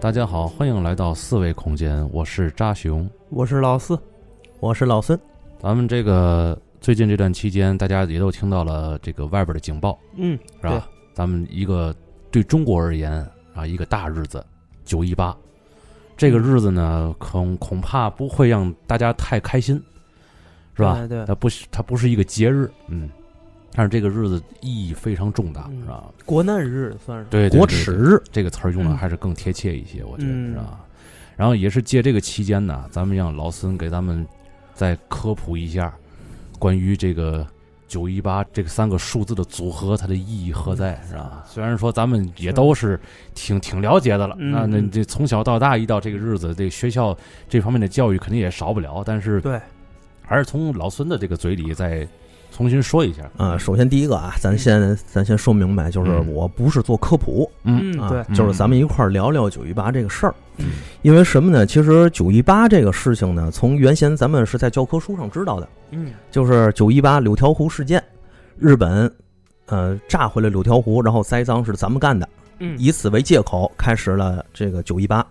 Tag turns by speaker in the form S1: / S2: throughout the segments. S1: 大家好，欢迎来到四维空间，我是扎熊。
S2: 我是老四，
S3: 我是老孙，
S1: 咱们这个最近这段期间，大家也都听到了这个外边的警报，
S2: 嗯，
S1: 是吧？咱们一个对中国而言啊，一个大日子，九一八，这个日子呢，恐恐怕不会让大家太开心，是吧？
S2: 对对
S1: 它不是它不是一个节日，嗯，但是这个日子意义非常重大，
S2: 嗯
S1: 是吧？
S2: 国难日算是，
S1: 对，对
S3: 国
S1: 对
S3: 耻
S1: 对
S3: 日，
S1: 这个词儿用的
S2: 嗯
S1: 还是更贴切一些，我觉得
S2: 嗯
S1: 是吧？然后也是借这个期间呢，咱们让老孙给咱们再科普一下关于这个九一八这个三个数字的组合，它的意义何在，是吧？虽然说咱们也都是挺挺了解的了，
S2: 嗯
S1: 那那
S2: 嗯
S1: 这从小到大一到这个日子，这个学校这方面的教育肯定也少不了，但是
S2: 对，
S1: 还是从老孙的这个嘴里再重新说一下，
S3: 啊，首先第一个啊，咱先咱先说明白，就是
S1: 嗯
S3: 我不是做科普
S1: 嗯
S2: 嗯，
S3: 啊
S2: 对，，
S3: 就是咱们一块儿聊聊九一八这个事儿
S1: 嗯。
S3: 因为什么呢？其实九一八这个事情呢，从原先咱们是在教科书上知道的，
S2: 嗯，
S3: 就是九一八柳条湖事件，日本呃炸回来柳条湖，然后栽赃是咱们干的，
S2: 嗯，
S3: 以此为借口开始了这个九一八，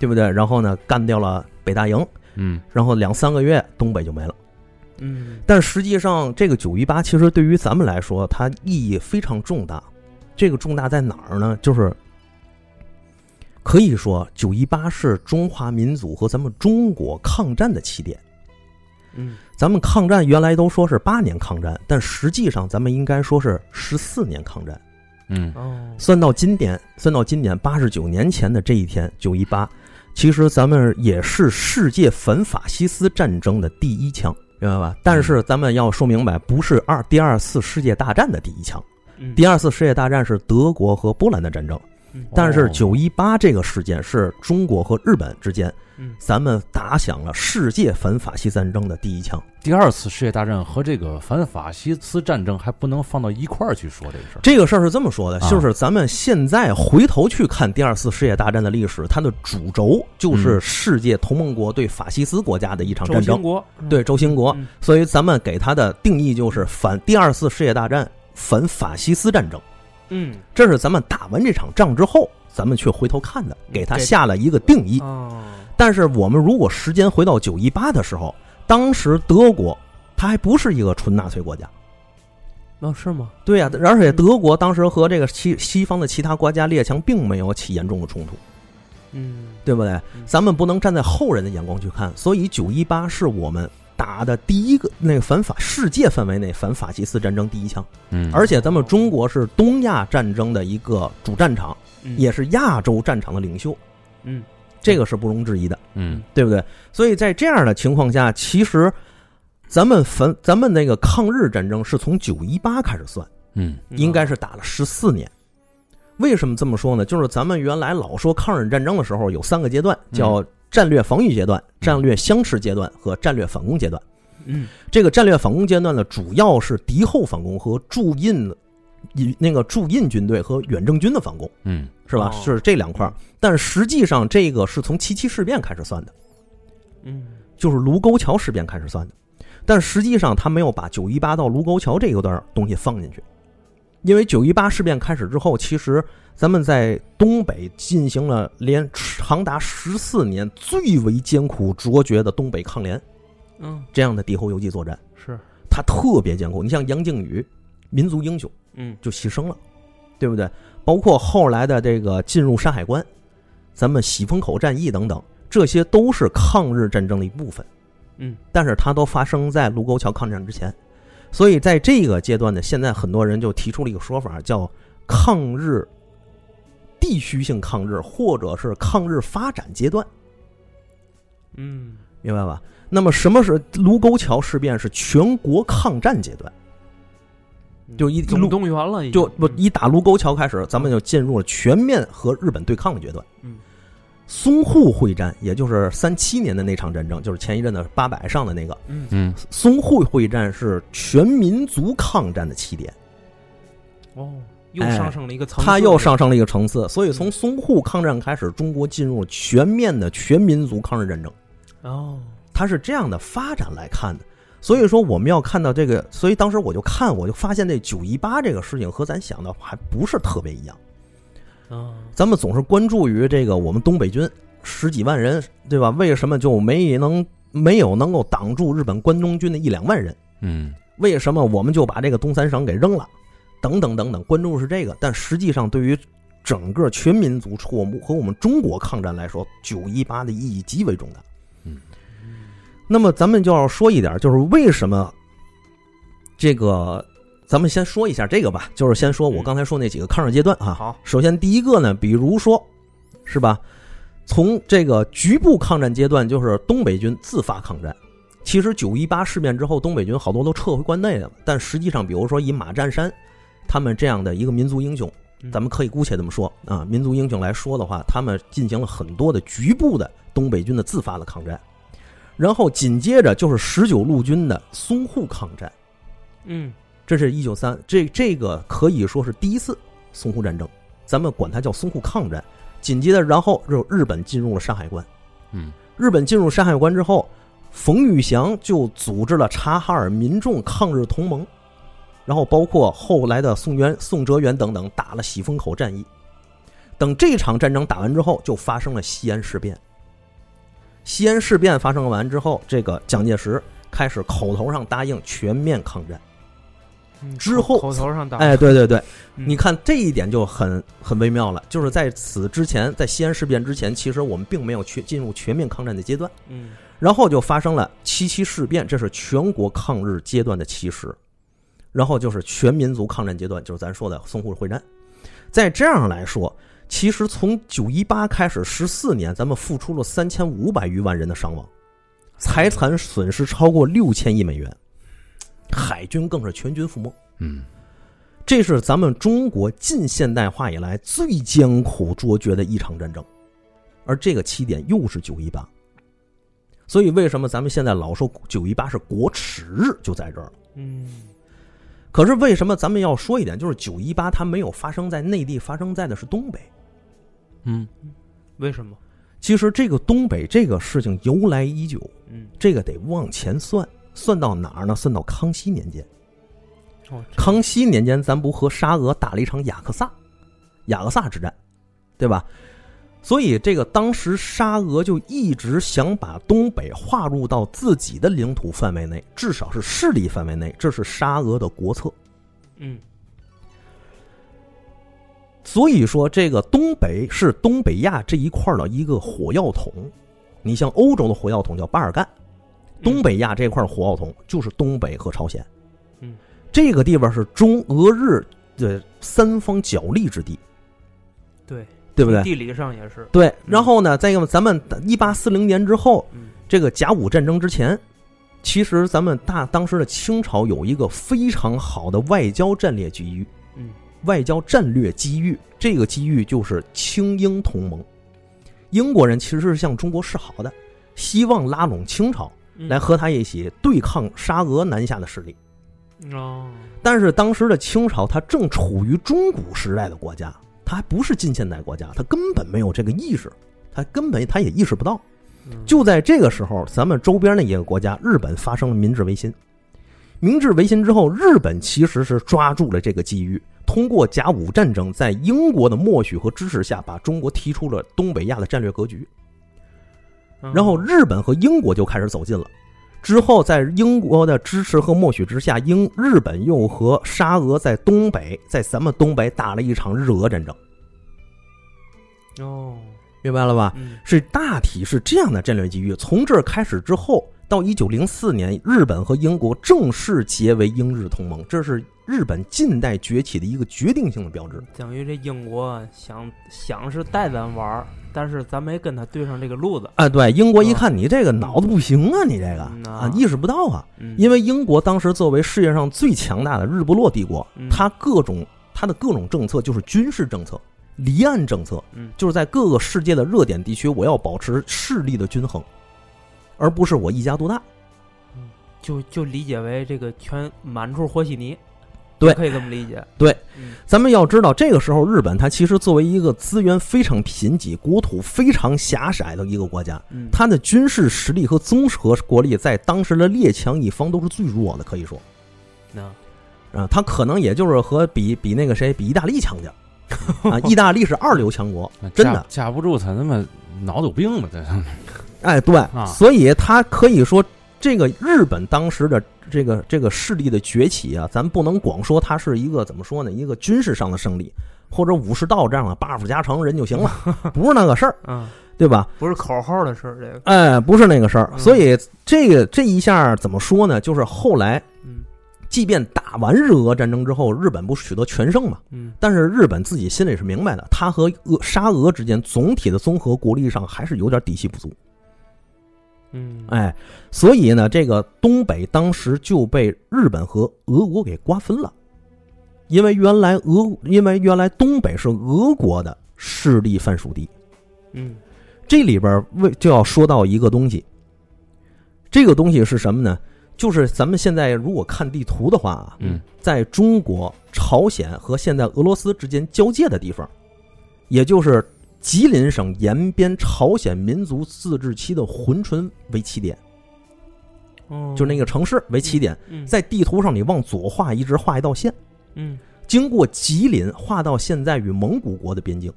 S3: 对不对？然后呢，干掉了北大营，
S1: 嗯
S3: 然后两三个月东北就没了。
S2: 嗯，
S3: 但实际上，这个九一八其实对于咱们来说，它意义非常重大。这个重大在哪儿呢？就是可以说，九一八是中华民族和咱们中国抗战的起点。
S2: 嗯，
S3: 咱们抗战原来都说是八年抗战，但实际上咱们应该说是十四年抗战。
S1: 嗯
S2: 哦，
S3: 算到今年，算到今年八十九年前的这一天，九一八，其实咱们也是世界反法西斯战争的第一枪，明白吧？但是咱们要说明白，不是二第二次世界大战的第一枪，
S2: 嗯
S3: 第二次世界大战是德国和波兰的战争，
S2: 嗯
S3: 但是
S1: 哦
S3: 九一八这个事件是中国和日本之间，
S2: 嗯
S3: 咱们打响了世界反法西斯战争的第一枪。
S1: 第二次世界大战和这个反法西斯战争还不能放到一块儿去说这个事儿。
S3: 这个事儿是这么说的，
S1: 啊
S3: 就是咱们现在回头去看第二次世界大战的历史，它的主轴就是世界同盟国对法西斯国家的一场
S2: 周
S3: 战
S2: 兴
S3: 争，
S2: 国，
S3: 对轴心国
S2: 嗯。
S3: 所以咱们给它的定义就是反第二次世界大战反法西斯战争，
S2: 嗯，
S3: 这是咱们打完这场仗之后，咱们去回头看的，给它下了一个定义。
S2: 哦，
S3: 但是我们如果时间回到九一八的时候，当时德国它还不是一个纯纳粹国家。
S2: 那是吗？
S3: 对呀、而
S2: 嗯
S3: 且德国当时和这个西西方的其他国家列强并没有起严重的冲突，
S2: 嗯，
S3: 对不对？咱们不能站在后人的眼光去看，所以九一八是我们打的第一个那个反法世界范围内反法西斯战争第一枪，
S1: 嗯
S3: 而且咱们中国是东亚战争的一个主战场，
S2: 嗯
S3: 也，是亚洲战场的领袖，
S2: 嗯，
S3: 这个是不容置疑的。
S1: 嗯
S3: 对不对？所以在这样的情况下，其实咱们反咱们那个抗日战争是从九一八开始算，
S1: 嗯
S3: 应该是打了十四年。为什么这么说呢？就是咱们原来老说抗日战争的时候有三个阶段，叫战略防御阶段、战略相持阶段和战略反攻阶段。
S2: 嗯，
S3: 这个战略反攻阶段呢，主要是敌后反攻和驻印，以那个驻印军队和远征军的反攻，
S1: 嗯
S3: 是吧？
S2: 哦
S3: 是这两块儿。但实际上，这个是从七七事变开始算的。
S2: 嗯，
S3: 就是卢沟桥事变开始算的，但实际上他没有把九一八到卢沟桥这一段东西放进去，因为九一八事变开始之后，其实咱们在东北进行了连长达十四年最为艰苦卓绝的东北抗联
S2: 嗯，
S3: 这样的敌后游击作战，
S2: 是，
S3: 它特别艰苦。你像杨靖宇，民族英雄
S2: 嗯，
S3: 就牺牲了，对不对？包括后来的这个进入山海关，咱们喜峰口战役等等，这些都是抗日战争的一部分。
S2: 嗯，
S3: 但是它都发生在卢沟桥抗战之前，所以在这个阶段呢，现在很多人就提出了一个说法，叫抗日地区性抗日，或者是抗日发展阶段，
S2: 嗯，
S3: 明白吧？那么什么是卢沟桥事变？是全国抗战阶段，就一
S2: 总
S3: 路
S2: 动员了已经，
S3: 就不
S2: 嗯，
S3: 一打卢沟桥开始，咱们就进入了全面和日本对抗的阶段。
S2: 嗯，
S3: 淞沪会战，也就是三七年的那场战争，就是前一阵的八百上的那个，
S2: 嗯，
S1: 嗯
S3: 淞沪会战是全民族抗战的起点，
S2: 哦，又
S3: 哎
S2: 上升了一个层次，
S3: 它又，上升了一个层次。所以从淞沪抗战开始，中国进入了全面的全民族抗日战争，
S2: 哦，
S3: 它是这样的发展来看的。所以说，我们要看到这个，所以当时我就看，我就发现这九一八这个事情和咱想的还不是特别一样。
S2: 嗯
S3: 咱们总是关注于这个我们东北军十几万人，对吧？为什么就没能没有能够挡住日本关东军的一两万人？
S1: 嗯
S3: 为什么我们就把这个东三省给扔了？等等等等，关注是这个，但实际上对于整个全民族和我们和我们中国抗战来说，九一八的意义极为重大。那么咱们就要说一点，就是为什么这个，咱们先说一下这个吧，就是先说我刚才说那几个抗日阶段啊。
S2: 好，
S3: 首先第一个呢，比如说，是吧？从这个局部抗战阶段，就是东北军自发抗战。其实九一八事变之后，东北军好多都撤回关内了，但实际上，比如说以马占山他们这样的一个民族英雄，
S2: 嗯
S3: 咱们可以姑且这么说啊，民族英雄来说的话，他们进行了很多的局部的东北军的自发的抗战，然后紧接着就是十九路军的淞沪抗战，
S2: 嗯
S3: 这是一九三，这这个可以说是第一次淞沪战争，咱们管它叫淞沪抗战。紧接着，然后就日本进入了山海关，
S1: 嗯
S3: 日本进入山海关之后，冯玉祥就组织了察哈尔民众抗日同盟，然后包括后来的宋元、宋哲元等等，打了喜峰口战役。等这场战争打完之后，就发生了西安事变。西安事变发生完之后，这个蒋介石开始口头上答应全面抗战。
S2: 嗯
S3: 之
S2: 口
S3: 后
S2: 口头上打，
S3: 哎，对对对，
S2: 嗯
S3: 你看这一点就很很微妙了。就是在此之前，在西安事变之前，其实我们并没有去进入全面抗战的阶段。
S2: 嗯
S3: 然后就发生了七七事变，这是全国抗日阶段的起始，然后就是全民族抗战阶段，就是咱说的淞沪会战。再这样来说，其实从九一八开始十四年，咱们付出了三千五百余万人的伤亡，财产损失超过六千亿美元，海军更是全军覆没。
S1: 嗯
S3: 这是咱们中国近现代化以来最艰苦卓绝的一场战争，而这个起点又是九一八，所以为什么咱们现在老说九一八是国耻日就在这儿？
S2: 嗯
S3: 可是为什么咱们要说一点，就是九一八它没有发生在内地，发生在的是东北。
S1: 嗯
S2: 为什么？
S3: 其实这个东北这个事情由来已久，
S2: 嗯
S3: 这个得往前算，算到哪儿呢？算到康熙年间。
S2: 哦，这
S3: 康熙年间，咱不和沙俄打了一场雅克萨雅克萨之战，对吧？所以这个当时沙俄就一直想把东北划入到自己的领土范围内，至少是势力范围内，这是沙俄的国策。
S2: 嗯
S3: 所以说，这个东北是东北亚这一块儿的一个火药桶。你像欧洲的火药桶叫巴尔干，东北亚这块火药桶就是东北和朝鲜。
S2: 嗯，
S3: 这个地方是中俄日的三方角力之地，
S2: 嗯对
S3: 对不对？
S2: 地理上也是，
S3: 对。然后呢，再一个，咱们一八四零年之后，
S2: 嗯
S3: 这个甲午战争之前，其实咱们大当时的清朝有一个非常好的外交战略机遇，
S2: 嗯
S3: 外交战略机遇，这个机遇就是清英同盟。英国人其实是向中国示好的，希望拉拢清朝
S2: 嗯
S3: 来和他一起对抗沙俄南下的势力。
S2: 哦，
S3: 但是当时的清朝，它正处于中古时代的国家，它还不是近现代国家，它根本没有这个意识，它根本它也意识不到。
S2: 嗯
S3: 就在这个时候，咱们周边的一个国家日本发生了明治维新。明治维新之后，日本其实是抓住了这个机遇，通过甲午战争，在英国的默许和支持下，把中国踢出了东北亚的战略格局。
S2: 嗯
S3: 然后日本和英国就开始走近了。之后，在英国的支持和默许之下，英日本又和沙俄在东北，在咱们东北打了一场日俄战争，
S2: 哦，
S3: 明白了吧？
S2: 嗯
S3: 是大体是这样的战略机遇。从这儿开始之后，到一九零四年，日本和英国正式结为英日同盟，这是日本近代崛起的一个决定性的标志。
S2: 等于这英国想想是带咱玩儿，但是咱没跟他对上这个路子，
S3: 啊，对，英国一看你这个脑子不行啊，你这个
S2: 嗯呐
S3: 啊意识不到啊，
S2: 嗯，
S3: 因为英国当时作为世界上最强大的日不落帝国
S2: 嗯，
S3: 它各种它的各种政策就是军事政策、离岸政策
S2: 嗯，
S3: 就是在各个世界的热点地区，我要保持势力的均衡，而不是我一家独大。
S2: 就就理解为这个全满处和稀泥，
S3: 对
S2: 可以这么理解，
S3: 对
S2: 嗯，
S3: 咱们要知道，这个时候日本它其实作为一个资源非常贫瘠、国土非常狭窄的一个国家，
S2: 嗯，
S3: 它的军事实力和综合国力在当时的列强一方都是最弱的，可以说
S2: 那
S3: 啊，它可能也就是和比比那个谁比意大利强点儿，啊，意大利是二流强国，
S1: 那
S3: 真
S1: 架
S3: 的
S1: 嗯架不住他他妈脑子有病吧？ 这
S3: 哎，对
S1: 啊，
S3: 所以他可以说，这个日本当时的这个这个势力的崛起啊，咱不能光说它是一个怎么说呢，一个军事上的胜利，或者武士道这样的 buff 加成人就行了，不是那个事儿，
S2: 嗯，
S3: 对吧？
S2: 不是口号的事儿，这个，
S3: 哎，不是那个事儿。
S2: 嗯
S3: 所以这个这一下怎么说呢？就是后来，
S2: 嗯
S3: 即便打完日俄战争之后，日本不是取得全胜嘛，
S2: 嗯
S3: 但是日本自己心里是明白的，他和俄沙俄之间总体的综合国力上还是有点底气不足。
S2: 嗯，，
S3: 哎，所以呢，这个东北当时就被日本和俄国给瓜分了，因为原来俄，因为原来东北是俄国的势力范属地。
S2: 嗯
S3: 这里边为就要说到一个东西，这个东西是什么呢？就是咱们现在如果看地图的话啊，
S1: 嗯，
S3: 在中国、朝鲜和现在俄罗斯之间交界的地方，也就是吉林省延边朝鲜民族自治区的珲春为起点。
S2: 哦，
S3: 就是那个城市为起点，
S2: 嗯，
S3: 在地图上你往左画，一直画一道线，
S2: 嗯
S3: 经过吉林，画到现在与蒙古国的边境，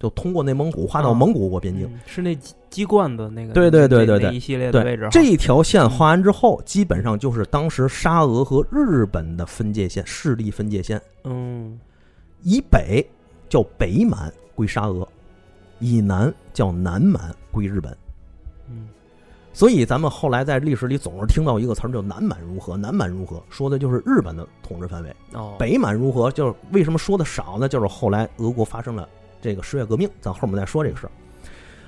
S3: 就通过内蒙古画到
S2: 啊
S3: 蒙古国边境。
S2: 嗯是那鸡鸡冠子那个，
S3: 对对对
S2: 那
S3: 对
S2: 那
S3: 对
S2: 一系列的位置
S3: 对
S2: 哈，，
S3: 这一条线画完之后，基本上就是当时沙俄和日本的分界线，势力分界线。
S2: 嗯
S3: 以北叫北满归沙俄，以南叫南满归日本。
S2: 嗯
S3: 所以咱们后来在历史里总是听到一个词儿叫“南满如何”，南满如何，说的就是日本的统治范围。
S2: 哦，
S3: 北满如何，就是为什么说的少呢？就是后来俄国发生了这个十月革命，咱后面再说这个事儿。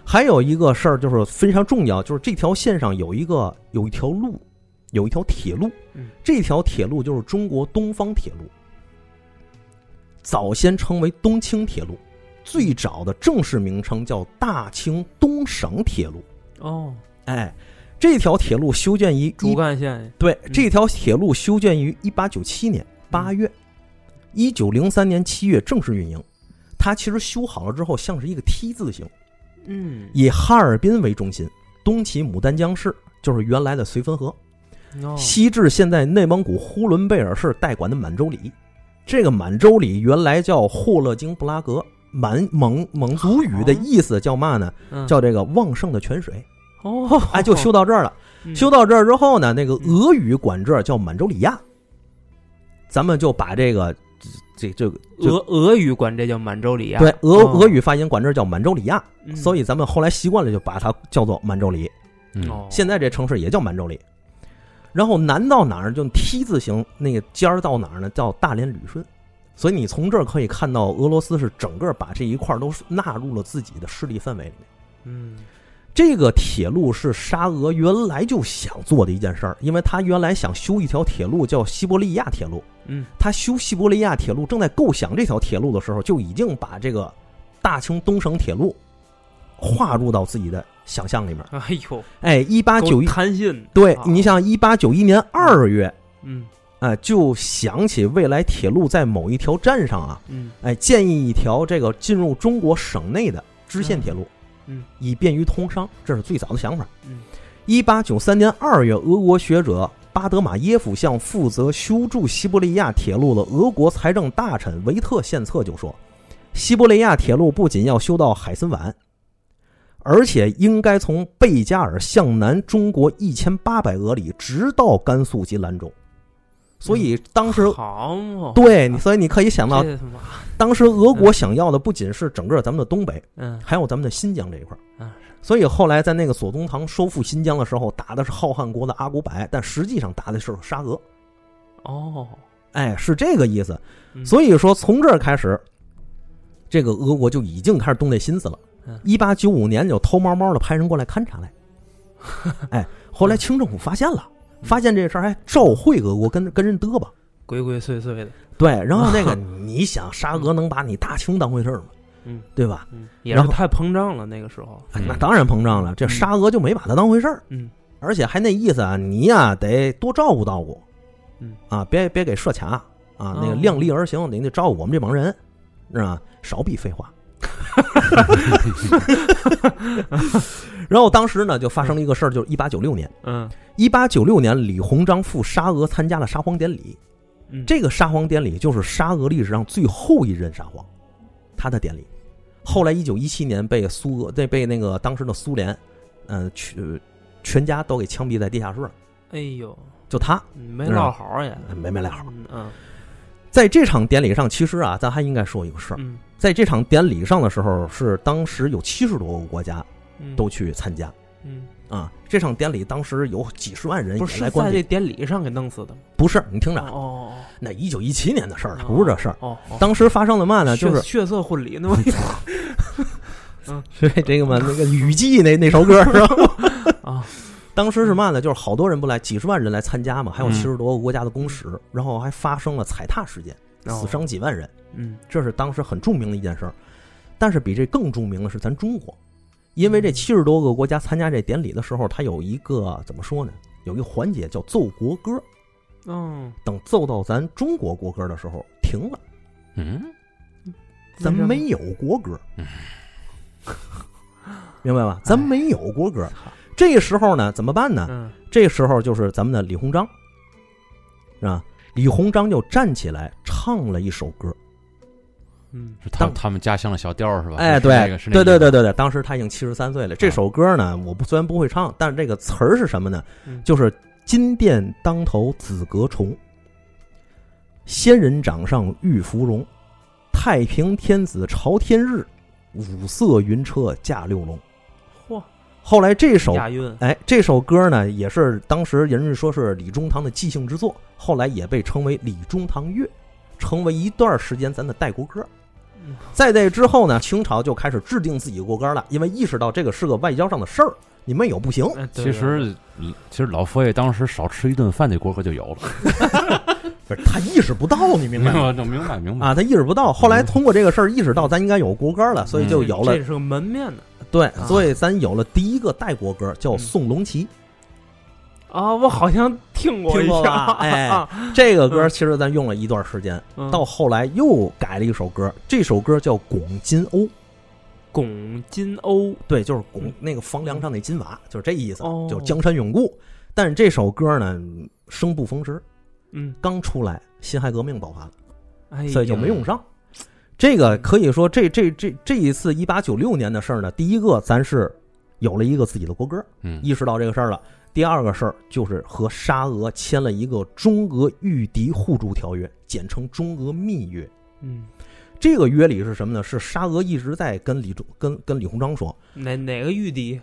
S3: 还有一个事儿就是非常重要，就是这条线上有一个有一条路，有一条铁路
S2: 嗯，
S3: 这条铁路就是中国东方铁路，早先称为东清铁路，最早的正式名称叫大清东省铁路。
S2: 哦，
S3: 哎，这条铁路修建于
S2: 主
S3: 一
S2: 干线，
S3: 对，这条铁路修建于一八九七
S2: 嗯
S3: 年八月，一九零三年七月正式运营。它其实修好了之后，像是一个 T 字形，
S2: 嗯，
S3: 以哈尔滨为中心，东起牡丹江市，就是原来的绥芬河，
S2: 哦
S3: 西至现在内蒙古呼伦贝尔市代管的满洲里。这个满洲里原来叫霍勒京布拉格，满蒙蒙族语的意思叫嘛呢？
S2: 哦嗯
S3: 叫这个旺盛的泉水。
S2: 哦，
S3: 哎，就修到这儿了。
S2: 嗯
S3: 修到这儿之后呢，那个俄语管这儿叫满洲里亚，咱们就把这个这这个
S2: 俄俄语管这叫满洲里亚，
S3: 对俄
S2: 哦
S3: 俄语发音管这儿叫满洲里亚，
S2: 嗯，
S3: 所以咱们后来习惯了就把它叫做满洲里。
S1: 嗯
S2: 哦，
S3: 现在这城市也叫满洲里。然后南到哪儿就 T 字形，那个尖儿到哪儿呢？叫大连旅顺。所以你从这儿可以看到，俄罗斯是整个把这一块儿都纳入了自己的势力范围里面。
S2: 嗯
S3: 这个铁路是沙俄原来就想做的一件事儿，因为他原来想修一条铁路叫西伯利亚铁路。
S2: 嗯
S3: 他修西伯利亚铁路正在构想这条铁路的时候，就已经把这个大清东省铁路划入到自己的想象里面。
S2: 哎呦，
S3: 哎，一八九
S2: 够
S3: 一，
S2: 贪心，
S3: 对
S2: 啊
S3: 你像一八九一年二月，
S2: 嗯
S3: 啊，就想起未来铁路在某一条站上啊，
S2: 嗯
S3: 哎，建议一条这个进入中国省内的支线铁路，
S2: 嗯嗯
S3: 以便于通商，这是最早的想法。
S2: 嗯，
S3: 一八九三年二月，俄国学者巴德马耶夫向负责修筑西伯利亚铁路的俄国财政大臣维特献策就说，西伯利亚铁路不仅要修到海参崴。而且应该从贝加尔向南中国一千八百俄里，直到甘肃及兰州。所以当时，
S2: 好嘛，
S3: 对，你所以你可以想到，
S2: 嗯这他妈，
S3: 当时俄国想要的不仅是整个咱们的东北，
S2: 嗯
S3: 还有咱们的新疆这一块
S2: 嗯
S3: 儿。所以后来在那个左宗棠收复新疆的时候，打的是浩瀚国的阿古柏，但实际上打的是沙俄。
S2: 哦，
S3: 哎，是这个意思。
S2: 嗯
S3: 所以说，从这儿开始，这个俄国就已经开始动这心思了
S2: 嗯。
S3: 一八九五年就偷猫猫的派人过来勘察 来，哎，后来清政府发现了，发现这事儿还哎召回俄国跟跟人嘚吧。
S2: 鬼鬼祟祟的，
S3: 对，然后 那个你想，沙俄能把你大清当回事儿吗？
S2: 嗯，
S3: 对吧？
S2: 嗯，也
S3: 然
S2: 是
S3: 后
S2: 太膨胀了那个时候，
S3: 哎
S1: 嗯
S3: 那当然膨胀了，这沙俄就没把他当回事儿，
S2: 嗯
S3: 而且还那意思啊，你呀、得多照顾照顾，
S2: 嗯
S3: 啊，别别给设卡啊，那个
S2: 哦
S3: 量力而行，你得照顾我们这帮人，是吧？少比废话。然后当时呢，就发生了一个事儿，就是一八九六年，
S2: 嗯
S3: 一八九六年，李鸿章赴沙俄参加了沙皇典礼，
S2: 嗯，
S3: 这个沙皇典礼就是沙俄历史上最后一任沙皇，他的典礼。后来一九一七年被苏俄，被被那个当时的苏联，呃，全全家都给枪毙在地下室了，
S2: 哎呦，
S3: 就他
S2: 没落好儿也，
S3: 没没来好。
S2: 嗯嗯
S3: 在这场典礼上，其实啊，咱还应该说一个事儿，
S2: 嗯
S3: 在这场典礼上的时候，是当时有七十多个国家
S2: 嗯，
S3: 都去参加
S2: 嗯，
S3: 啊。这场典礼当时有几十万人
S2: 不
S3: 也
S2: 是
S3: 来
S2: 在
S3: 观
S2: 这
S3: 礼，
S2: 典礼上给弄死的吗？
S3: 不是你听着啊，
S2: 哦
S3: 那一九一七年的事儿，
S2: 哦
S3: 不是这事儿。
S2: 哦哦，
S3: 当时发生了嘛呢？就
S2: 血
S3: 是
S2: 血色婚礼那么 嗯
S3: 是这个嘛，那个雨季那那首歌是 吧？
S2: 啊，
S3: 当时是嘛呢？就是好多人不来，几十万人来参加嘛，还有
S1: 嗯
S3: 七十多个国家的公使，然后还发生了踩踏事件，
S2: 哦
S3: 死伤几万人，
S2: 嗯
S3: 这是当时很著名的一件事儿。但是比这更著名的是咱中国，因为这七十多个国家参加这典礼的时候，它有一个怎么说呢？有一个环节叫奏国歌，
S2: 嗯，
S3: 等奏到咱中国国歌的时候停了，
S1: 嗯，
S3: 咱
S2: 为什么
S3: 没有国歌，明白吧？咱没有国
S2: 哎
S3: 歌。这时候呢，怎么办呢？
S2: 嗯
S3: 这时候就是咱们的李鸿章，是吧？李鸿章就站起来唱了一首歌，
S2: 嗯
S1: 是他
S3: 当
S1: 他们家乡的小调儿是吧？
S3: 哎，
S1: 是
S3: 对
S1: 那个，是那
S3: 对
S1: 个啊
S3: 对对对对，当时他已经七十三岁了。这首歌呢，我不虽然不会唱，但是这个词儿是什么呢？
S2: 嗯
S3: 就是“金殿当头紫阁重，仙人掌上玉芙蓉，太平天子朝天日，五色云车驾六龙。
S2: 嚯”
S3: 后来这首
S2: 押韵，
S3: 哎，这首歌呢，也是当时人家说是李中堂的即兴之作，后来也被称为李中堂乐，成为一段时间咱的代国歌。
S2: 嗯
S3: 在这之后呢，清朝就开始制定自己国歌了，因为意识到这个是个外交上的事儿，你们有不行。
S2: 哎
S1: 其
S2: 对对
S1: 实其实老佛爷当时少吃一顿饭，这锅可就有了。
S2: 哎
S3: 不是他意识不到，你明白吗？
S1: 白，明白，明白。
S3: 啊，他意识不到。后来通过这个事儿意识到咱应该有国歌了，所以就有
S2: 嗯
S3: 了
S2: 这是个门面的
S3: 对，
S2: 啊嗯
S3: 所以咱有了第一个代国歌叫《送龙旗
S2: 啊，我好像听过
S3: 听
S2: 一
S3: 过
S2: 下
S3: 吧，哎
S2: 啊》。
S3: 这个歌其实咱用了一段时间，
S2: 嗯
S3: 到后来又改了一首歌，这首歌叫《拱金瓯》。
S2: 拱金瓯，
S3: 对，就是拱
S2: 嗯
S3: 那个房梁上那金瓦，就是这意思，
S2: 哦
S3: 就是江山永固。但是这首歌呢，嗯生不逢时，
S2: 嗯，
S3: 刚出来，辛亥革命爆发了，
S2: 哎
S3: 所以就
S2: 呀
S3: 没用上。这个可以说，这这这这一次一八九六年的事儿呢，第一个咱是有了一个自己的国歌，
S1: 嗯，
S3: 意识到这个事儿了。第二个事儿就是和沙俄签了一个中俄御敌互助条约，简称中俄密约。
S2: 嗯，
S3: 这个约里是什么呢？是沙俄一直在跟李中跟跟李鸿章说，
S2: 哪哪个御敌？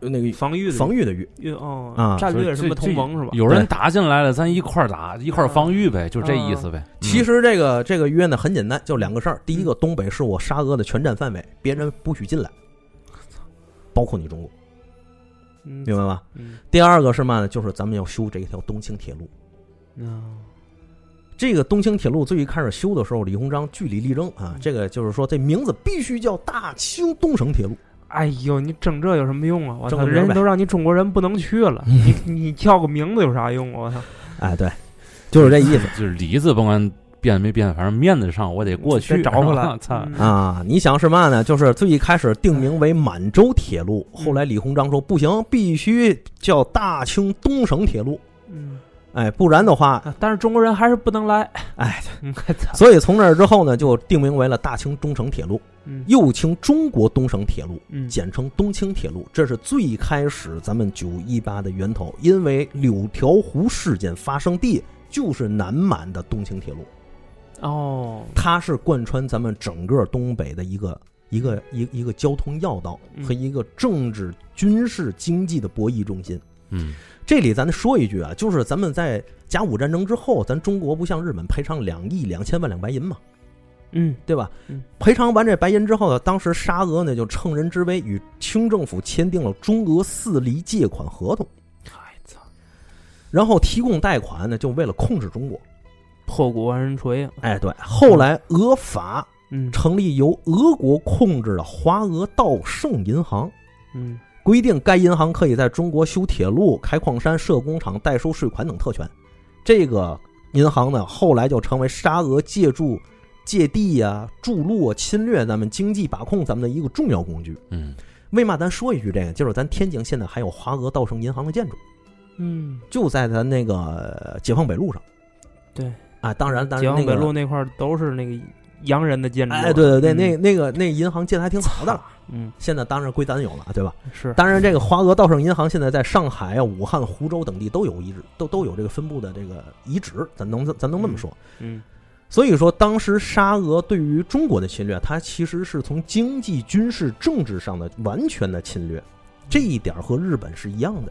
S3: 那个
S2: 防御的
S3: 防御的御，
S2: 御哦
S3: 啊
S2: 战
S1: 所以
S2: 略什
S1: 这
S2: 么同
S1: 这
S2: 盟是吧？
S1: 有人打进来了，咱一块儿打，一块儿防御呗，就这意思呗。
S3: 嗯其
S1: 实
S3: 实这个这个约呢很简单，就两个事儿。第一个，东北是我沙俄的全占范围，别人不许进来，包括你中国，
S2: 嗯
S3: 明白吧？
S2: 嗯
S3: 第二个是嘛呢？就是咱们要修这条东清铁路。
S2: 嗯
S3: 这个东清铁路最一开始修的时候，李鸿章据理力争啊，这个就是说这名字必须叫大清东省铁路。
S2: 哎呦，你整这有什么用啊？我
S3: 整
S2: 操，
S3: 个名
S2: 人
S3: 呗
S2: 家都让你中国人不能去了，你你叫个名字有啥用啊？我操，
S3: 哎，对，就是这意思
S1: 就是梨子，甭管变没变，反正面子上我得过去，
S2: 得找回来。
S1: 操，
S2: 嗯，
S3: 啊。你想是嘛呢？就是最一开始定名为满洲铁路，后来李鸿章说不行，必须叫大清东省铁路。
S2: 嗯，
S3: 哎，不然的话，
S2: 啊但是中国人还是不能来。
S3: 哎，
S2: 嗯，还操，
S3: 所以从那儿之后呢，就定名为了大清中省铁路，
S2: 嗯
S3: 又清中国东省铁路，
S2: 嗯
S3: 简称东清铁路。这是最开始咱们九一八的源头，因为柳条湖事件发生地就是南满的东清铁路，
S2: 哦，
S3: 它是贯穿咱们整个东北的一个一个一一个交通要道
S2: 嗯
S3: 和一个政治、军事、经济的博弈中心。
S1: 嗯，
S3: 这里咱说一句啊，就是咱们在甲午战争之后，咱中国不向日本赔偿两亿两千万两白银吗？
S2: 嗯
S3: 对吧
S2: 嗯？
S3: 赔偿完这白银之后呢，当时沙俄呢就乘人之危，与清政府签订了中俄四离借款合同，
S2: 哎操，
S3: 然后提供贷款呢，就为了控制中国。
S2: 破鼓万人锤。
S3: 哎，对，后来俄法
S2: 嗯
S3: 成立由俄国控制的华俄道盛银行，
S2: 嗯，
S3: 规定该银行可以在中国修铁路、开矿山、设工厂、代收税款等特权。这个银行呢，后来就成为沙俄借助借地呀、筑路啊、侵略咱们经济、把控咱们的一个重要工具。
S1: 嗯，
S3: 为嘛咱说一句这个？就是咱天津现在还有华俄道盛银行的建筑，
S2: 嗯，
S3: 就在咱那个呃解放北路上。
S2: 对
S3: 啊，当然，当
S2: 解
S3: 然
S2: 放
S3: 那
S2: 北路
S3: 个
S2: 那块儿都是那个洋人的建筑。
S3: 哎，对对对，
S2: 嗯
S3: 那那个那银行建的还挺好 的了，
S2: 嗯
S3: 现在当然归咱有了，啊对吧？
S2: 是，
S3: 当然，这个华俄稻盛银行现在在上海啊、武汉、湖州等地都有遗址，都都有这个分布的这个遗址，咱能咱能这么说。
S2: 嗯
S3: 所以说，当时沙俄对于中国的侵略，它其实是从经济、军事、政治上的完全的侵略，这一点和日本是一样的。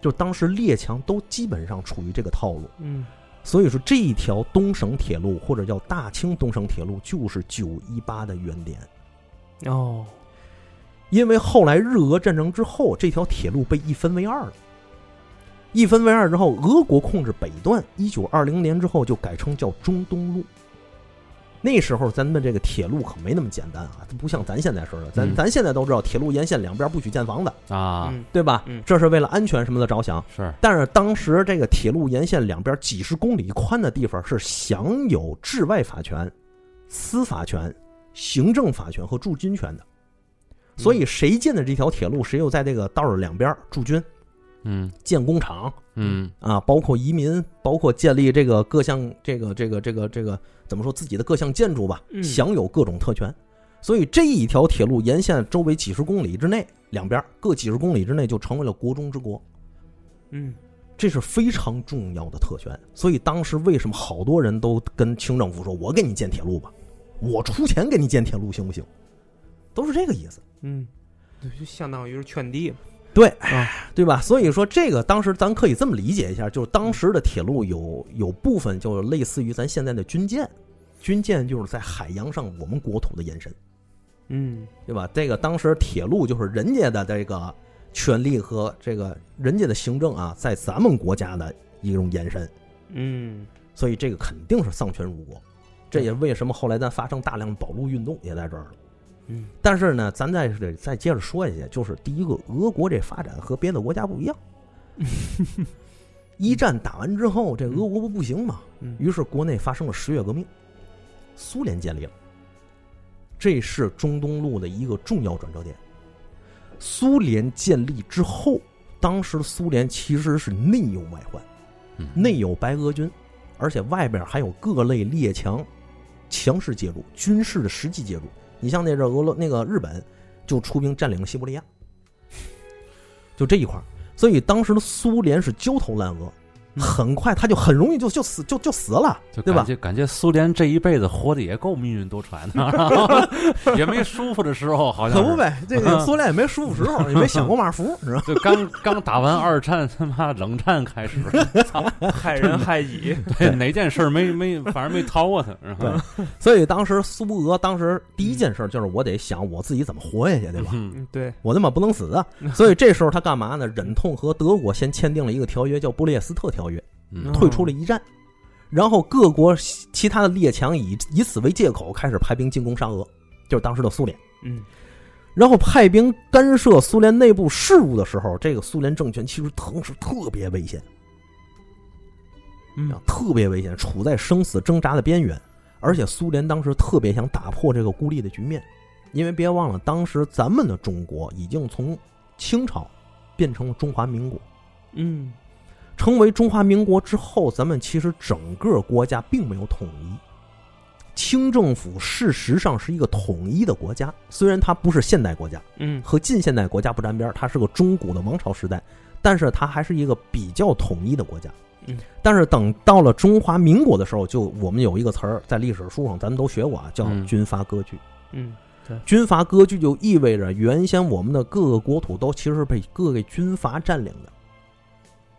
S3: 就当时列强都基本上处于这个套路，
S2: 嗯
S3: 所以说这一条东省铁路或者叫大清东省铁路就是九一八的原点。
S2: 哦，
S3: 因为后来日俄战争之后，这条铁路被一分为二了。一分为二之后，俄国控制北段，一九二零年之后就改称叫中东路。那时候咱们这个铁路可没那么简单啊，它不像咱现在似的，咱、
S1: 嗯
S3: 咱现在都知道铁路沿线两边不许建房子，
S1: 啊，
S2: 嗯
S3: 对吧？
S2: 嗯
S3: 这是为了安全什么的着想。
S1: 是
S3: 但是当时这个铁路沿线两边几十公里宽的地方是享有治外法权、司法权、行政法权和驻军权的，所以谁建的这条铁路，谁又在这个道儿两边驻军、
S1: 嗯
S3: 建工厂
S1: 嗯
S3: 啊，包括移民，包括建立这个各项这个这个这个这个怎么说自己的各项建筑吧，
S2: 嗯
S3: 享有各种特权。所以这一条铁路沿线周围几十公里之内，两边各几十公里之内就成为了国中之国。
S2: 嗯
S3: 这是非常重要的特权。所以当时为什么好多人都跟清政府说：“我给你建铁路吧，我出钱给你建铁路，行不行？”都是这个意思，
S2: 嗯，对就相当于是圈地嘛。
S3: 对
S2: 啊，
S3: 对吧？所以说，这个当时咱可以这么理解一下，就是当时的铁路有有部分就类似于咱现在的军舰，军舰就是在海洋上我们国土的延伸，
S2: 嗯
S3: 对吧？这个当时铁路就是人家的这个权利和这个人家的行政啊，在咱们国家的一种延伸。
S2: 嗯
S3: 所以这个肯定是丧权辱国。这也为什么后来咱发生大量的保路运动也在这儿了。
S2: 嗯
S3: 但是呢，咱再得再接着说一下，就是第一个，俄国这发展和别的国家不一样。一战打完之后，这俄国不不行嘛，
S2: 嗯
S3: 于是国内发生了十月革命，苏联建立了，这是中东路的一个重要转折点。苏联建立之后，当时苏联其实是内忧外患。
S1: 嗯
S3: 内有白俄军，而且外边还有各类列强强势介入，军事的实际介入。你像那阵俄罗那个日本就出兵占领了西伯利亚，就这一块儿。所以当时的苏联是焦头烂额，
S2: 嗯
S3: 很快他就很容易就就死就就死了，
S1: 就
S3: 对吧
S1: 感？觉感觉苏联这一辈子活的也够命运多舛 的，也没舒服的时候，好像
S3: 可
S1: 是嗯
S3: 不呗，这个苏联也没舒服时候，也没享过骂福，你知道吗？
S1: 就刚刚打完二战，他妈冷战开始，
S2: 害 人害己。
S1: 对哪件事儿没没，反正没逃过他，是吧？
S3: 所以当时苏俄当时第一件事就是我得想我自己怎么活下去，对吧？
S1: 嗯
S2: 嗯，对，
S3: 我他妈不能死啊！所以这时候他干嘛呢？忍痛和德国先签订了一个条约，叫《布列斯特条约》，
S1: 嗯
S3: 退出了一战。然后各国其其他的列强以以此为借口，开始派兵进攻沙俄，就是当时的苏联。
S2: 嗯
S3: 然后派兵干涉苏联内部事务的时候，这个苏联政权其实当时特别危险，
S2: 嗯
S3: 啊特别危险，处在生死挣扎的边缘。而且苏联当时特别想打破这个孤立的局面，因为别忘了，当时咱们的中国已经从清朝变成了中华民国。
S2: 嗯
S3: 成为中华民国之后，咱们其实整个国家并没有统一。清政府事实上是一个统一的国家，虽然它不是现代国家，
S2: 嗯
S3: 和近现代国家不沾边儿，它是个中古的王朝时代，但是它还是一个比较统一的国家
S2: 嗯。
S3: 但是等到了中华民国的时候，就我们有一个词儿在历史书上咱们都学过啊，叫
S1: 嗯
S3: 军阀割据。
S2: 嗯
S3: 军阀割据就意味着原先我们的各个国土都其实是被各个军阀占领的，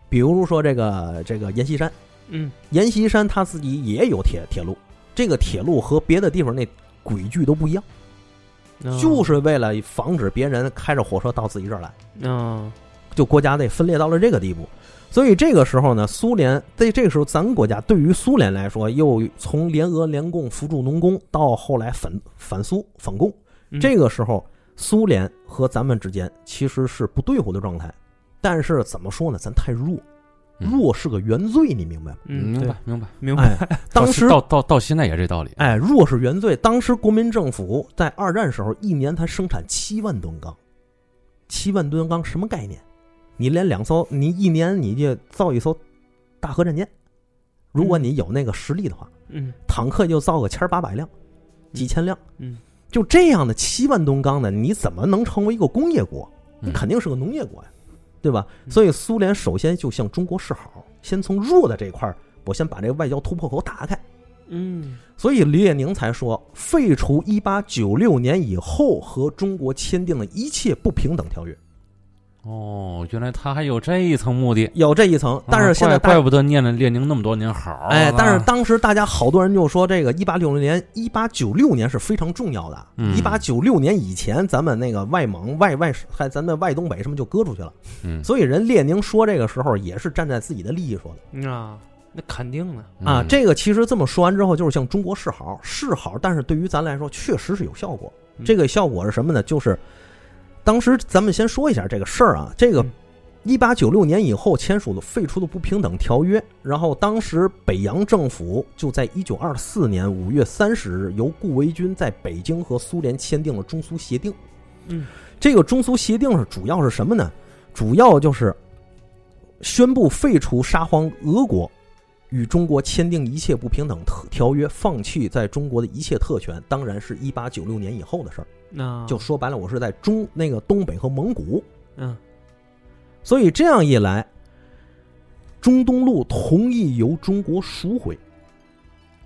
S3: 比如说这个这个阎锡山，
S2: 嗯
S3: 阎锡山他自己也有铁铁路，这个铁路和别的地方那轨距都不一样，
S2: 嗯，
S3: 就是为了防止别人开着火车到自己这儿来，
S2: 嗯
S3: 就国家得分裂到了这个地步。所以这个时候呢，苏联在这个时候，咱国家对于苏联来说，又从联俄联共扶助农工，到后来反反苏反共，
S2: 嗯
S3: 这个时候，苏联和咱们之间其实是不对付的状态。但是怎么说呢？咱太弱，弱是个原罪，你明白吗？
S2: 嗯
S1: 明
S2: 对
S1: 白明白。
S2: 明白
S3: 哎，当时
S1: 到到到现在也这道理，
S3: 哎，弱是原罪。当时国民政府在二战时候一年才生产七万吨钢，七万吨钢什么概念？你连两艘，你一年你就造一艘大核战舰，如果你有那个实力的话，
S2: 嗯
S3: 坦克就造个千八百辆、几千辆，
S2: 嗯，
S3: 就这样的七万吨钢的，你怎么能成为一个工业国？你
S1: 嗯
S3: 肯定是个农业国呀，对吧？
S2: 嗯
S3: 所以苏联首先就向中国示好，先从弱的这块儿，我先把这个外交突破口打开。
S2: 嗯
S3: 所以李列宁才说，废除一八九六年以后和中国签订的一切不平等条约，
S1: 哦，原来他还有这一层目的。
S3: 有这一层。但
S1: 啊
S3: 是现在
S1: 怪
S3: 大
S1: 怪不得念了列宁那么多年好。啊
S3: 哎，但是
S1: 大
S3: 当时大家好多人就说，这个一八六零年、一八九六年是非常重要的。
S1: 嗯
S3: 一八九六年以前，咱们那个外蒙、外外还咱们外东北什么就割出去了。
S1: 嗯
S3: 所以人列宁说这个时候也是站在自己的利益说的
S2: 嗯啊，那肯定的，
S3: 啊。
S1: 嗯
S3: 这个其实这么说完之后，就是向中国示好，示好，但是对于咱来说确实是有效果。
S2: 嗯
S3: 这个效果是什么呢？就是当时咱们先说一下这个事儿啊，这个
S2: 嗯
S3: 一八九六年以后签署的废除的不平等条约，然后当时北洋政府就在一九二四年五月三十日由顾维钧在北京和苏联签订了中苏协定。
S2: 嗯
S3: 这个中苏协定是主要是什么呢？主要就是宣布废除沙皇俄国与中国签订一切不平等特条约，放弃在中国的一切特权。当然是一八九六年以后的事儿。
S2: 那
S3: 就说白了，我是在中那个东北和蒙古，
S2: 嗯
S3: 所以这样一来，中东路同意由中国赎回。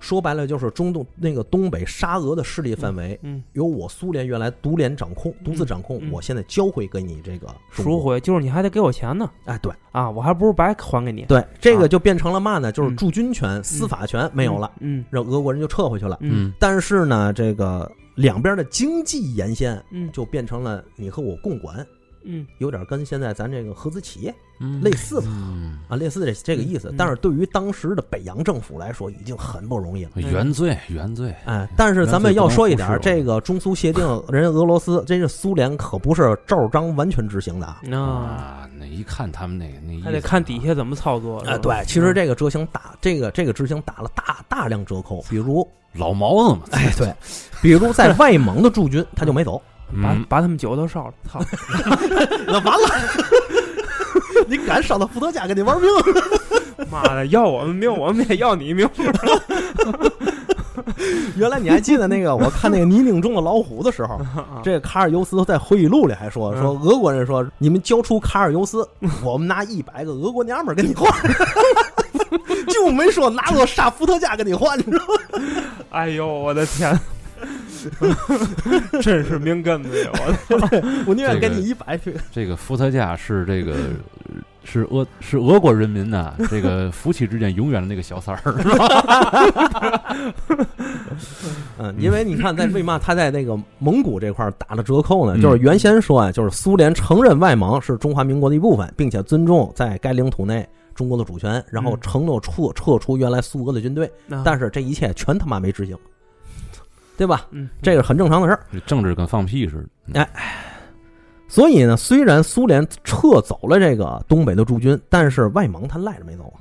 S3: 说白了就是中东那个东北沙俄的势力范围
S2: 嗯，
S3: 由我苏联原来独联掌控、独自掌控，
S2: 嗯
S3: 我现在交回给你这个中国
S2: 赎。回就是你还得给我钱呢
S3: 哎，对
S2: 啊，我还不如白还给你，
S3: 对，这个就变成了嘛呢？就是
S2: 啊嗯
S3: 驻军权、司法权没有了，
S2: 嗯，
S3: 让俄国人就撤回去了。
S2: 嗯
S1: 嗯
S3: 但是呢，这个两边的经济沿线
S2: 嗯
S3: 就变成了你和我共管，
S2: 嗯
S3: 有点跟现在咱这个合资企业
S1: 嗯
S3: 类似吧
S1: 嗯，
S3: 啊，类似这这个意思
S2: 嗯。
S3: 但是对于当时的北洋政府来说，已经很不容易了。
S1: 原罪原罪，
S3: 哎，但是咱们要说一点儿，
S1: 原来
S3: 这
S1: 是不能忽视
S3: 个中苏协定，人家俄罗斯，真是苏联可不是照章完全执行的啊。
S2: 那
S1: 啊，那一看他们那个那意思啊
S2: 嗯还得看底下怎么操作，是
S3: 哎，
S2: 吧
S3: 对，其
S2: 嗯
S3: 实这个执行打这个这个执行打了大大量折扣，比 如
S1: 老毛子嘛，
S3: 哎对，比如在外蒙的驻军他就没走，
S2: 把
S1: 嗯
S2: 把他们酒都烧了，操，
S3: 那完了， 你敢上到伏特加跟你玩命？
S2: 妈的，要我们命，我们也要你 命，
S3: 原来你还记得那个我看那个泥泞中的老虎的 时候，这个卡尔尤斯在回忆录里还说
S2: 嗯
S3: 说俄国人说你们交出卡尔尤斯，我们拿一百个俄国娘们儿跟你换， 就没说拿个沙伏特加跟你换，你知道吗？
S2: 哎呦，我的天！真是命根子呀！ 我的
S3: 我宁愿
S1: 这
S3: 给
S1: 个
S3: 你一百 去。
S1: 这个伏特加是这个是俄是俄国人民呐，这个夫妻之间永远的那个小三儿， 是吧？
S3: 嗯，因为你看，在为嘛他在那个蒙古这块儿打了折扣
S2: 嗯
S3: 呢？就是原先说啊，就是苏联承认外蒙是中华民国的一部分，并且尊重在该领土内中国的主权，然后
S2: 嗯
S3: 承诺撤撤出原来苏俄的军队，
S2: 那
S3: 但是这一切全他妈 没执行，对吧？
S2: 嗯，
S3: 这个很正常的事儿。
S1: 这政治跟放屁似的。嗯
S3: 哎所以呢，虽然苏联撤走了这个东北的驻军，但是外蒙他赖着没走，啊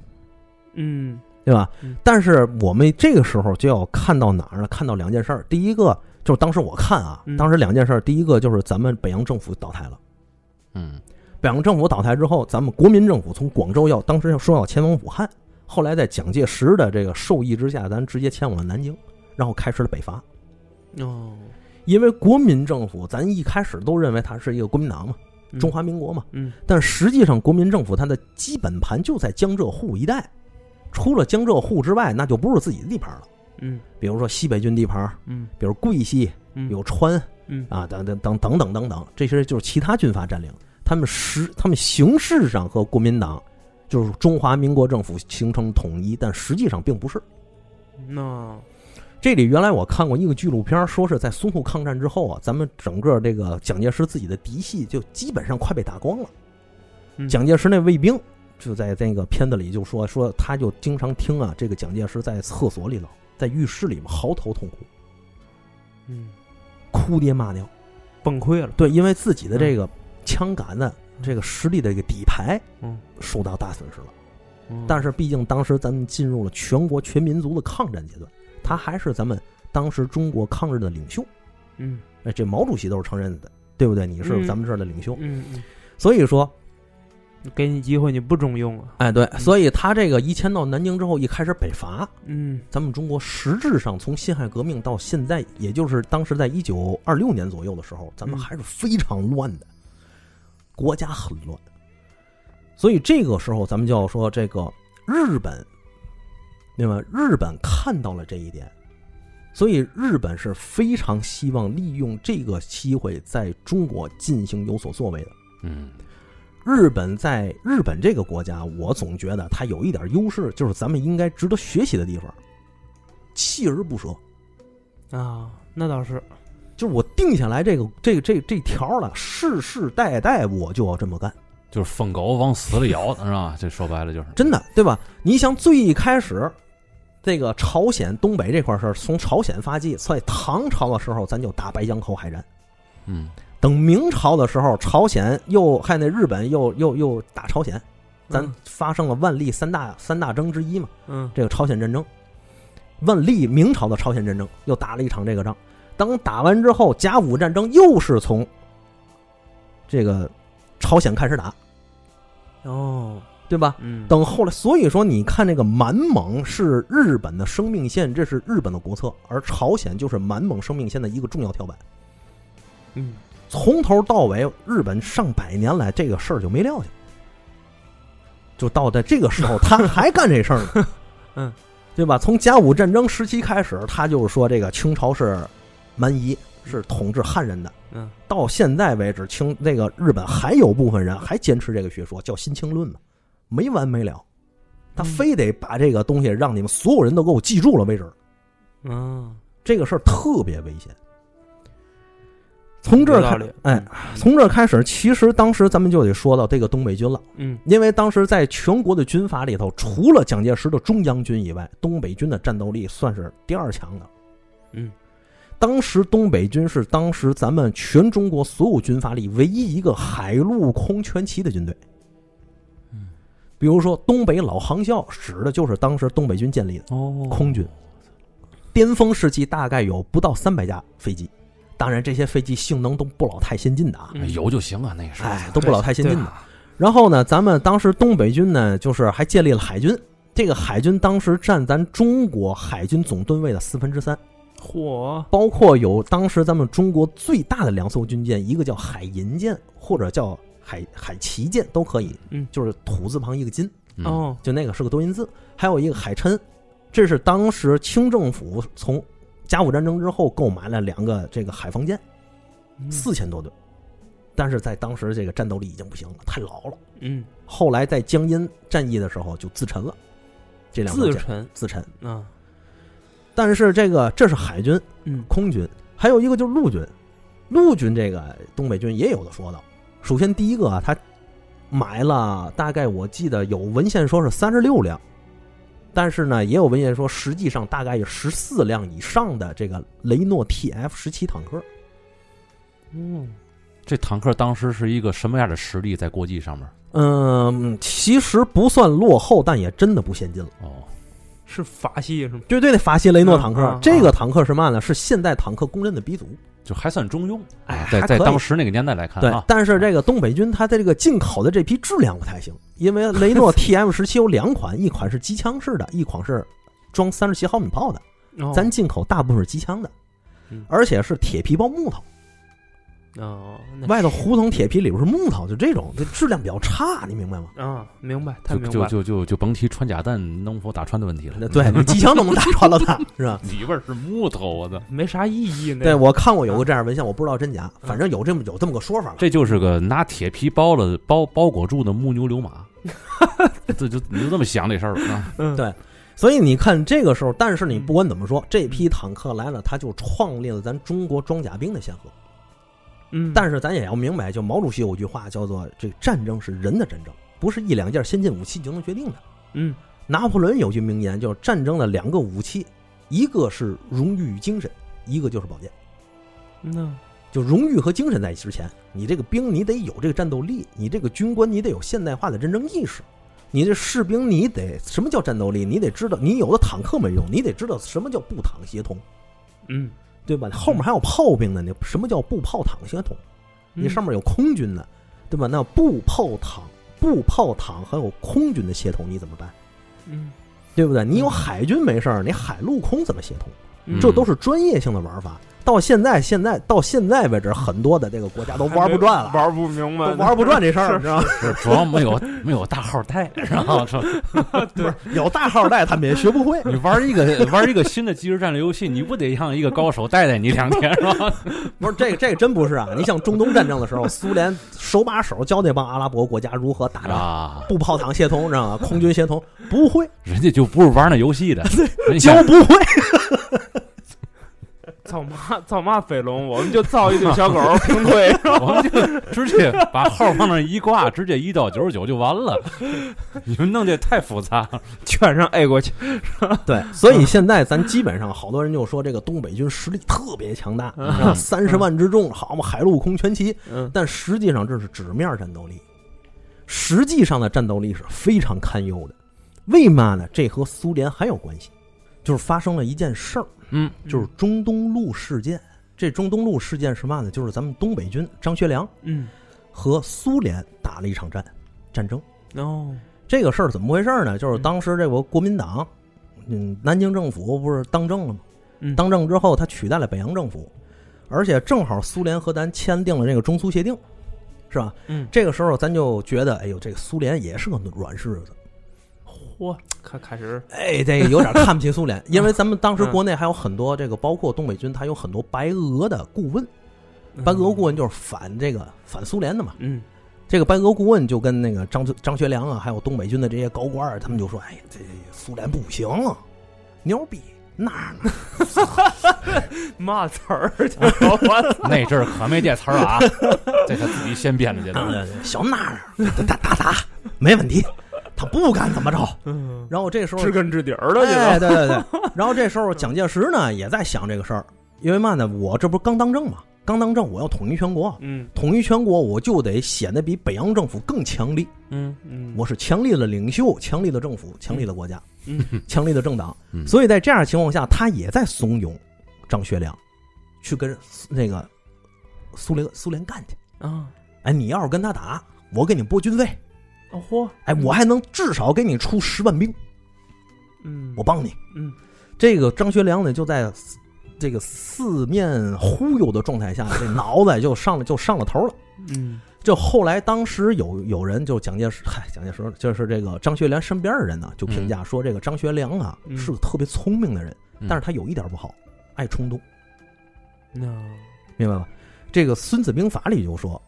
S2: 嗯
S3: 对吧
S2: 嗯？
S3: 但是我们这个时候就要看到哪儿呢？看到两件事儿。第一个就是当时我看啊
S2: 嗯，
S3: 当时两件事儿，第一个就是咱们北洋政府倒台了。
S1: 嗯
S3: 北洋政府倒台之后，咱们国民政府从广州要当时要说要前往武汉，后来在蒋介石的这个授意之下，咱直接前往了南京，然后开始了北伐。
S2: 哦，
S3: 因为国民政府，咱一开始都认为它是一个国民党嘛，
S2: 嗯
S3: 中华民国嘛，
S2: 嗯
S3: 但实际上，国民政府它的基本盘就在江浙沪一带，除了江浙沪之外，那就不是自己的地盘了。
S2: 嗯
S3: 比如说西北军地盘，
S2: 嗯
S3: 比如桂系、
S2: 嗯
S3: 有川
S2: 嗯
S3: 啊，等等等等等等等，这些就是其他军阀占领。他们实他们形式上和国民党，就是中华民国政府形成统一，但实际上并不是。
S2: 那
S3: 这里原来我看过一个纪录片，说是在淞沪抗战之后啊，咱们整个这个蒋介石自己的嫡系就基本上快被打光了。
S2: 嗯
S3: 蒋介石那卫兵就在那个片子里就说说，他就经常听啊，这个蒋介石在厕所里头，在浴室里面嚎啕痛哭，
S2: 嗯
S3: 哭爹骂娘。
S2: 崩溃了，
S3: 对，因为自己的这个枪杆子、这个实力的一个底牌，
S2: 嗯，
S3: 受到大损失了。
S2: 嗯
S3: 但是毕竟当时咱们进入了全国全民族的抗战阶段，他还是咱们当时中国抗日的领袖。
S2: 嗯
S3: 哎，这毛主席都是承认的，对不对？你是
S2: 嗯
S3: 咱们这儿的领袖，
S2: 嗯嗯
S3: 所以说，
S2: 给你机会你不中用啊。
S3: 哎，对，所以他这个一迁到南京之后，一开始北伐，
S2: 嗯
S3: 咱们中国实质上从辛亥革命到现在，也就是当时在一九二六年左右的时候，咱们
S2: 嗯
S3: 还是非常乱的，国家很乱。所以这个时候，咱们就要说这个日本，那么日本看到了这一点，所以日本是非常希望利用这个机会在中国进行有所作为的。
S1: 嗯
S3: 日本在日本这个国家，我总觉得它有一点优势，就是咱们应该值得学习的地方，锲而不舍。
S2: 啊，那倒是，
S3: 就是我定下来这个这这这条了，世世代代我就要这么干，
S1: 就是疯狗往死里咬，是吧？这说白了就是
S3: 真的，对吧？你想最一开始，这个朝鲜东北这块事儿从朝鲜发迹，在唐朝的时候咱就打白江口海战，
S1: 嗯，
S3: 等明朝的时候，朝鲜又还那日本又又又打朝鲜，咱
S2: 嗯
S3: 发生了万历三大三大征之一嘛。
S2: 嗯
S3: 这个朝鲜战争，万历明朝的朝鲜战争又打了一场这个仗。当打完之后，甲午战争又是从这个朝鲜开始打，
S2: 哦
S3: 对吧？
S2: 嗯
S3: 等后来，所以说你看这个满蒙是日本的生命线，这是日本的国策，而朝鲜就是满蒙生命线的一个重要跳板。
S2: 嗯
S3: 从头到尾，日本上百年来这个事儿就没撂下，就到在这个时候，他还干这事儿呢，
S2: 嗯，
S3: 对吧？从甲午战争时期开始，他就说这个清朝是蛮夷，是统治汉人的。
S2: 嗯
S3: 到现在为止，清那个日本还有部分人还坚持这个学说，叫新清论嘛，没完没了。
S2: 嗯
S3: 他非得把这个东西让你们所有人都给我记住了为止。
S2: 嗯，
S3: 这个事儿特别危险。从这儿
S2: 有道
S3: 开
S2: 理，嗯
S3: 哎，从这儿开始，其实当时咱们就得说到这个东北军了，
S2: 嗯
S3: 因为当时在全国的军阀里头，除了蒋介石的中央军以外，东北军的战斗力算是第二强的。
S2: 嗯，
S3: 当时东北军是当时咱们全中国所有军阀里唯一一个海陆空全齐的军队。
S1: 嗯，
S3: 比如说东北老航校指的就是当时东北军建立的。
S1: 哦
S3: 空军，巅峰时期大概有不到三百架飞机，当然这些飞机性能都不老太先进的啊，
S2: 嗯
S1: 有就行啊，那个时候
S3: 哎，都不老太先进
S2: 对
S3: 的。然后呢，咱们当时东北军呢，就是还建立了海军，这个海军当时占咱中国海军总吨位的四分之三，
S2: 嚯，
S3: 包括有当时咱们中国最大的两艘军舰，一个叫海银舰，或者叫海海旗舰都可以，
S2: 嗯
S3: 就是土字旁一个金。
S1: 嗯
S2: 哦
S3: 就那个是个多音字，还有一个海琛，这是当时清政府从甲午战争之后购买了两个这个海防舰，
S2: 嗯
S3: 四千多吨，但是在当时这个战斗力已经不行了，太老了。
S2: 嗯
S3: 后来在江阴战役的时候就自沉了，这两个
S2: 自
S3: 舰
S2: 沉
S3: 自沉。
S2: 啊
S3: 但是这个这是海军、
S2: 嗯
S3: 空军，还有一个就是陆军，陆军这个东北军也有的说道。首先第一个啊，他买了大概我记得有文献说是三十六辆，但是呢也有文献说实际上大概有十四辆以上的这个雷诺 TF 十七坦克。
S2: 嗯
S1: 这坦克当时是一个什么样的实力在国际上面？
S3: 嗯，其实不算落后，但也真的不先进了。
S1: 哦，
S2: 是法系是吗？
S3: 绝对的法系雷诺坦克，
S2: 嗯嗯嗯
S3: 这个坦克是嘛呢？是现代坦克公认的鼻祖。
S1: 就还算中用，
S3: 哎，
S1: 在
S3: 还
S1: 在
S3: 可以
S1: 当时那个年代来看
S3: 对
S1: 啊，，
S3: 但是这个东北军它的这个进口的这批质量不太行，因为雷诺 TM 十七有两款，一款是机枪式的，一款是装三十七毫米炮的。
S2: 哦
S3: 咱进口大部分是机枪的
S2: 嗯，
S3: 而且是铁皮包木头，
S2: 哦那
S3: 外头胡同铁皮，里边是木头，就这种，这质量比较差，你明白吗？
S2: 啊明白太
S1: 就
S2: 明白
S1: 就
S2: 了
S1: 就就就甭提穿甲弹能否打穿的问题了。 嗯
S3: 对，你机枪都能打穿了它，是吧？
S1: 里边是木头，我的，
S2: 没啥意义那
S3: 对
S2: 个
S3: 我看过有个这样的文献，我不知道真假，反正有这么有这么个说法吧。
S1: 这就是个拿铁皮包了包包裹住的木牛流马，这就你就这么想这事儿吧啊？
S2: 嗯
S3: 对所以你看这个时候，但是你不管怎么说，这批坦克来了，它就创立了咱中国装甲兵的先河。
S2: 嗯
S3: 但是咱也要明白，就毛主席有句话叫做“这战争是人的战争，不是一两件先进武器就能决定的”。
S2: 嗯
S3: 拿破仑有句名言，叫“战争的两个武器，一个是荣誉与精神，一个就是宝剑。
S2: 那
S3: 就荣誉和精神在之前，你这个兵你得有这个战斗力，你这个军官你得有现代化的战争意识，你这士兵你得什么叫战斗力？你得知道，你有的坦克没用，你得知道什么叫步坦协同，
S2: 嗯
S3: 对吧？后面还有炮兵呢，你什么叫步炮坦协同？你上
S2: 面
S3: 面有空军呢，对吧？那步炮坦不炮膛还有空军的协同，你怎么办？
S2: 嗯，
S3: 对不对？你有
S2: 嗯
S3: 海军没事儿，你海陆空怎么协同？
S2: 嗯
S3: 这都是专业性的玩法。到现在，现在到现在为止，很多的这个国家都玩不转了，
S2: 玩不明白，
S3: 都玩不转这事儿，你知道吗？
S1: 是主要没有 没有大号带，然后说
S3: 不是有大号带，他们也学不会。
S1: 你玩一个玩一个新的即时战略游戏，你不得让一个高手带带你两天是吧？
S3: 不是这个，这个真不是啊！你像中东战争的时候，苏联手把手教那帮阿拉伯国家如何打仗，
S1: 啊，
S3: 步炮膛协同，知道吗？空军协同不会，
S1: 人家就不是玩那游戏的，人家
S3: 教不会。
S2: 造嘛造嘛飞龙，我们就造 一堆小狗儿平推，
S1: 我们就直接把号往那一挂，直接一刀九十九就完了。 你们弄这太复杂了，
S2: 全让 A 过 去。
S3: 对，所以现在咱基本上好多人就说这个东北军实力特别强大，
S2: 嗯
S3: 三十万之众，好嘛，海陆空全齐。
S2: 嗯，
S3: 但实际上这是纸面战斗力，实际上的战斗力是非常堪忧的。为嘛呢？这和苏联还有关系，就是发生了一件事儿，
S1: 嗯，
S3: 就是中东路事件。这中东路事件是嘛呢？就是咱们东北军张学良
S2: 嗯，
S3: 和苏联打了一场战战争。
S2: 然后
S3: 这个事儿怎么回事呢？就是
S2: 嗯
S3: 当时这个国民党，嗯，南京政府不是当政了吗？
S2: 嗯
S3: 当政之后，他取代了北洋政府，而且正好苏联和咱签订了这个中苏协定，是吧？
S2: 嗯，
S3: 这个时候咱就觉得，哎呦，这个苏联也是个软柿子，
S2: 嗯嚯，开开始
S3: 哎，这个有点看不起 苏联，因为咱们当
S2: 嗯
S3: 时国内还有很多这个，包括东北军，他有很多白俄的顾问，白俄顾问就是反这个反苏联的嘛。
S2: 嗯
S3: 这个白俄顾问就跟那个张张学良啊，还有东北军的这些高官儿，他们就说：“哎呀，这苏联不行啊，牛逼，那儿
S2: 嘛词儿 去了，我
S1: 那阵儿可没这词儿了啊，这他自己先编的这东西。
S3: 呢小那儿打打打，没问题，他不敢怎么着。”
S2: 嗯，
S3: 然后这时候
S2: 知根知底儿的去
S3: 哎，
S2: 了。
S3: 对对对。然后这时候蒋介石呢也在想这个事儿，因为嘛呢，我这不是刚当政嘛，刚当政我要统一全国，
S2: 嗯
S3: 统一全国我就得显得比北洋政府更强力。
S1: 嗯
S2: 嗯，
S3: 我是强力的领袖，强力的政府，强力的国家，
S2: 嗯
S3: 强力的政党。
S1: 嗯
S3: 所以在这样的情况下，他也在怂恿张学良去跟苏那个苏联苏联干去。
S2: 啊，
S3: 哎，你要是跟他打，我给你拨军费，
S2: 哦嚯，
S3: 哎，我还能至少给你出十万兵，
S2: 嗯
S3: 我帮你。
S2: 嗯
S3: 这个张学良呢，就在这个四面忽悠的状态下，这脑袋就上了，就上了头了。
S2: 嗯
S3: 就后来，当时有有人就蒋介石，嗨，蒋介石就是这个张学良身边的人呢，就评价说，这个张学良啊、
S2: 嗯
S3: 是个特别聪明的人，
S1: 嗯
S3: 但是他有一点不好，爱冲动，
S2: 那
S3: 明白吧？这个《孙子兵法》里就说，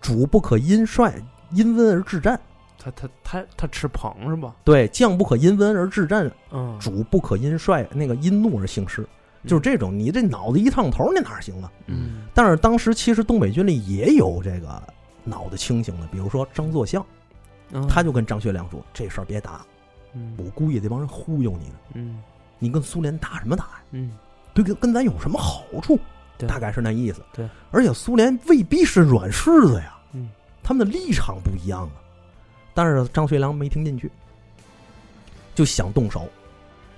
S3: 主不可因帅因温而制战，
S2: 他他他他吃螃是吧？
S3: 对，将不可因温而制战，
S2: 嗯，
S3: 主不可因帅那个因怒而行事，就是这种，你这脑子一烫头，那哪行啊？
S1: 嗯
S2: 嗯
S3: 但是当时其实东北军里也有这个脑子清醒的，比如说张作相，
S2: 嗯，
S3: 他就跟张学良说：“这事儿别打，我
S2: 嗯
S3: 估计这帮人忽悠你呢，
S2: 嗯
S3: 你跟苏联打什么打呀？
S2: 嗯，
S3: 对，跟跟咱有什么好处？
S2: 对
S3: 大概是那意思。
S2: 对，
S3: 而且苏联未必是软柿子呀，
S2: 嗯，
S3: 他们的立场不一样啊。但是张学良没听进去，就想动手。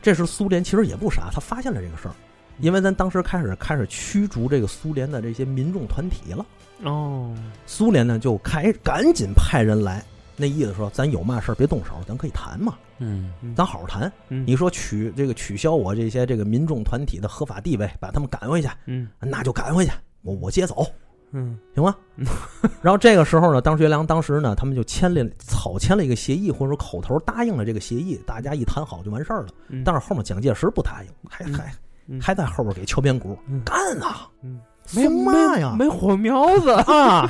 S3: 这时苏联其实也不傻，他发现了这个
S2: 嗯
S3: 事儿，因为咱当时开始开始驱逐这个苏联的这些民众团体了。”
S2: 哦，
S3: 苏联呢就开赶紧派人来，那意思说咱有嘛事儿别动手，咱可以谈嘛，
S1: 嗯
S3: 咱好好谈。
S2: 嗯
S3: 你说取这个取消我这些这个民众团体的合法地位，把他们赶回去，
S2: 嗯
S3: 那就赶回去，我我接走，
S2: 嗯
S3: 行吗
S2: 嗯？
S3: 然后这个时候呢，张学良当时呢，他们就签了草签了一个协议，或者说口头答应了这个协议，大家一谈好就完事儿了。
S2: 嗯，
S3: 但是后面蒋介石不答应，还
S2: 嗯
S3: 还
S2: 嗯
S3: 还在后边给敲边鼓
S2: 嗯，
S3: 干啊
S2: 嗯，
S3: 怂嘛呀
S2: 没火苗子
S3: 啊！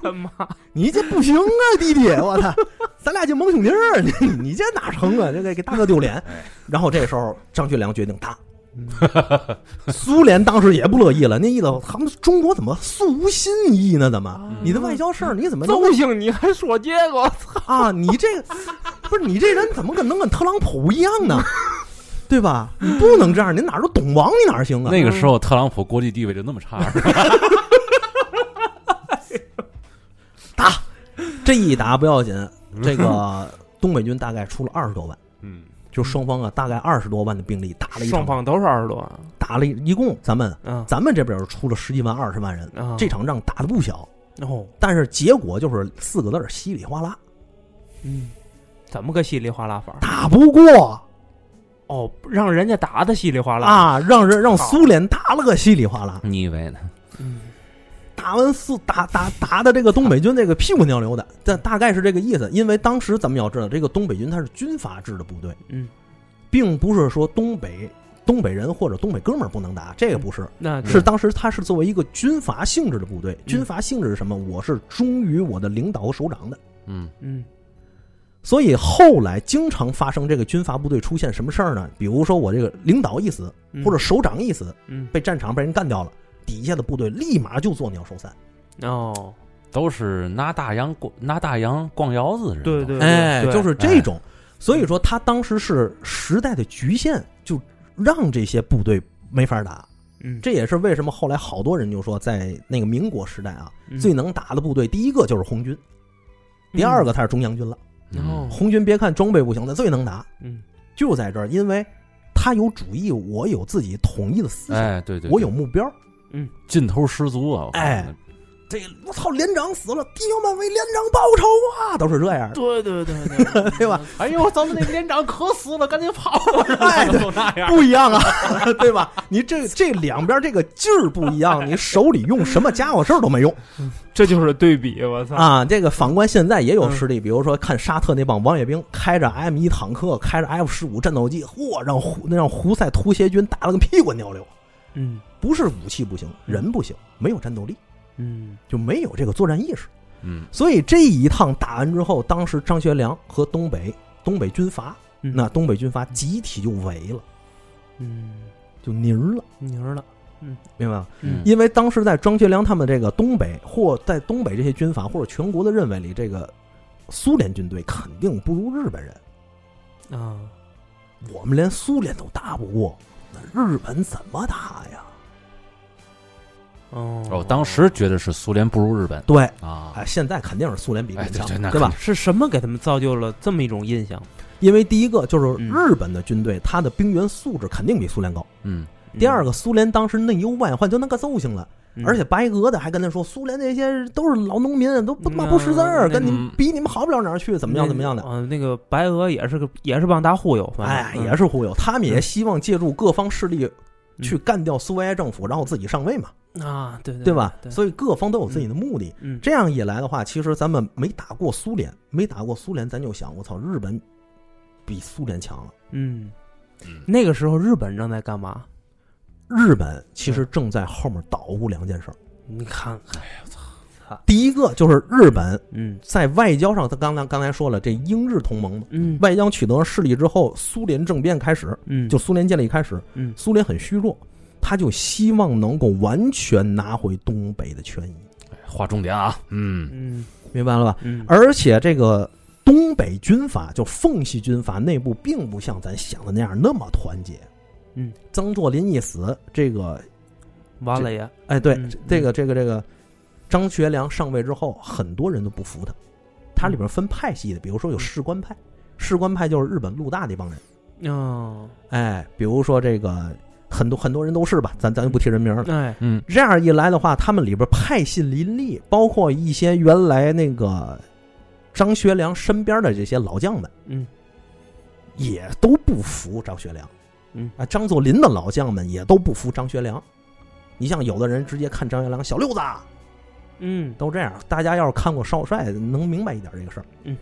S2: 干嘛？
S3: 你这不行啊，弟弟，我操， 咱俩就盟兄弟儿，你你这哪成啊？这给给大哥丢脸。
S2: 哎
S3: 然后这时候张学良决定打， 苏联当时也不乐意了，那意思他们中国怎么素无新意呢？怎么？
S2: 嗯
S3: 你的外交事儿你怎么能
S2: 揍醒你还说这个？我操！
S3: 啊？你这个不是你这人怎么可能跟特朗普一样 呢？对吧？你不能这样，你哪儿都懂王，你哪儿行啊？
S1: 那个时候特朗普国际地位就那么差，啊是吧
S3: 打，这一打不要紧，这个东北军大概出了二十多万，
S1: 嗯
S3: 就双方啊大概二十多万的兵力打了一场
S2: 双方都是二十多啊万，
S3: 打了一一共咱们
S2: 嗯
S3: 咱们这边儿出了十几万二十万人，
S2: 啊
S3: 这场仗打的不小。
S2: 哦，
S3: 但是结果就是四个字儿稀里哗啦，
S2: 嗯，怎么个稀里哗啦法儿？
S3: 打不过
S2: 哦，让人家打的稀里哗啦，
S3: 啊，让人让
S2: 好
S3: 苏联打了个稀里哗啦，
S1: 你以为呢？
S2: 嗯，
S3: 打完四打打打的这个东北军这个屁滚尿流的，但大概是这个意思。因为当时咱们要知道，这个东北军它是军阀制的部队，
S2: 嗯，
S3: 并不是说东北东北人或者东北哥们儿不能打，这个不是，
S2: 那
S3: 是当时他是作为一个军阀性质的部队，军阀性质是什么？我是忠于我的领导和首长的。
S1: 嗯
S2: 嗯
S3: 所以后来经常发生这个军阀部队出现什么事儿呢？比如说我这个领导一死，
S2: 嗯
S3: 或者首长一死，
S2: 嗯
S3: 被战场被人干掉了，底下的部队立马就作鸟兽散。
S2: 哦，
S1: 都是拿大洋逛拿大洋逛窑子似的。嗯
S2: 对对，对
S3: 哎，
S2: 对
S3: 就是这种。所以说，他当时是时代的局限，就让这些部队没法打。
S2: 嗯
S3: 这也是为什么后来好多人就说，在那个民国时代啊，
S2: 嗯
S3: 最能打的部队，第一个就是红军，第二个他是中央军了。
S1: 嗯，
S3: 红军别看装备不行，他最能打，
S2: 嗯
S3: 就在这儿，因为他有主意，我有自己统一的思想，
S1: 哎，对对，对
S3: 我有目标。
S1: 劲头十足啊！我看
S3: 哎这个我操，连长死了，弟兄们为连长报仇啊，都是这样的。
S2: 对对对 对
S3: 对吧？
S1: 哎呦，咱们那连长渴死了，赶紧跑！
S3: 哎，对
S1: 就那样，
S3: 不一样啊， 对吧？你这这两边这个劲儿不一样，你手里用什么家伙事儿都没用
S2: 这就是对比，我操！
S3: 啊。这个反观现在
S1: 嗯
S3: 也有实例，比如说看沙特那帮王爷兵，开着 M 一坦克，开着 F 十五战斗机，嚯，让胡那让胡塞突厥军打了个屁滚尿流。
S2: 嗯
S3: 不是武器不行，人不行，没有战斗力，
S2: 嗯
S3: 就没有这个作战意识。
S1: 嗯，
S3: 所以这一趟打完之后，当时张学良和东北东北军阀，
S2: 嗯
S3: 那东北军阀集体就围了，
S2: 嗯，
S3: 就泥儿了，
S2: 你儿了，
S3: 明白吗？
S1: 嗯
S3: 因为当时在张学良他们这个东北或在东北这些军阀或者全国的认为里，这个苏联军队肯定不如日本人，
S2: 啊，
S3: 我们连苏联都打不过，那日本怎么打呀？
S2: 哦
S1: 我当时觉得是苏联不如日本
S3: 对，
S1: 啊，
S3: 哎，现在肯定是苏联比日
S1: 哎，
S3: 本
S1: 对
S3: 强，
S1: 对，那
S3: 对吧？
S1: 肯定
S2: 是什么给他们造就了这么一种印象？
S3: 因为第一个就是
S2: 嗯
S3: 日本的军队，他的兵员素质肯定比苏联高；
S1: 嗯，
S2: 嗯
S3: 第二，个，苏联当时内忧外患就那个揍性了，
S2: 嗯
S3: 而且白俄的还跟他说，苏联那些都是老农民，都不他妈
S2: 嗯
S3: 不识字儿，
S2: 那
S3: 跟你
S1: 嗯
S3: 们比你们好不了哪儿去，怎么样怎么样的
S2: 那。啊，那个白俄也是个也是帮他忽悠，
S3: 哎
S2: 反，正
S3: 也是忽悠，他们也
S2: 嗯
S3: 希望借助各方势力
S2: 嗯
S3: 去干掉苏维埃政府，然后自己上位嘛，
S2: 嗯啊，对对
S3: 对吧？
S2: 对，
S3: 所以各方都有自己的目的。
S2: 嗯，
S3: 这样一来的话，其实咱们没打过苏联，没打过苏联，咱就想，我操，日本比苏联强了。
S2: 嗯
S1: 嗯，
S2: 那个时候日本正在干嘛？
S3: 日本其实正在后面捣鼓两件事儿，
S2: 你看看，
S3: 第一个就是日本
S2: 嗯
S3: 在外交上，他刚才刚才说了，这英日同盟嘛，
S2: 嗯
S3: 外交取得势力之后，苏联政变开始，
S2: 嗯，
S3: 就苏联建立开始，
S2: 嗯
S3: 苏联很虚弱，他就希望能够完全拿回东北的权益，
S1: 划重点啊，嗯
S2: 嗯
S3: 明白了吧？
S2: 嗯，
S3: 而且这个东北军阀，就奉系军阀内部，并不像咱想的那样那么团结。
S2: 嗯，
S3: 曾作霖一死，这个，
S2: 完了也，
S3: 哎，对，
S2: 嗯
S3: 这个，这个，这个，张学良上位之后，很多人都不服他。他里边分派系的，比如说有士官派，士官派就是日本陆大那帮人。
S2: 哦，
S3: 哎，比如说这个很多很多人都是吧，咱咱就不提人名了。
S2: 哎，
S1: 嗯
S3: 这样一来的话，他们里边派系林立，包括一些原来那个张学良身边的这些老将们，
S2: 嗯
S3: 也都不服张学良。
S2: 嗯
S3: 啊，张作霖的老将们也都不服张学良。你像有的人直接看张学良小六子，
S2: 嗯
S3: 都这样。大家要是看过《少帅》，能明白一点这个事儿。
S2: 嗯，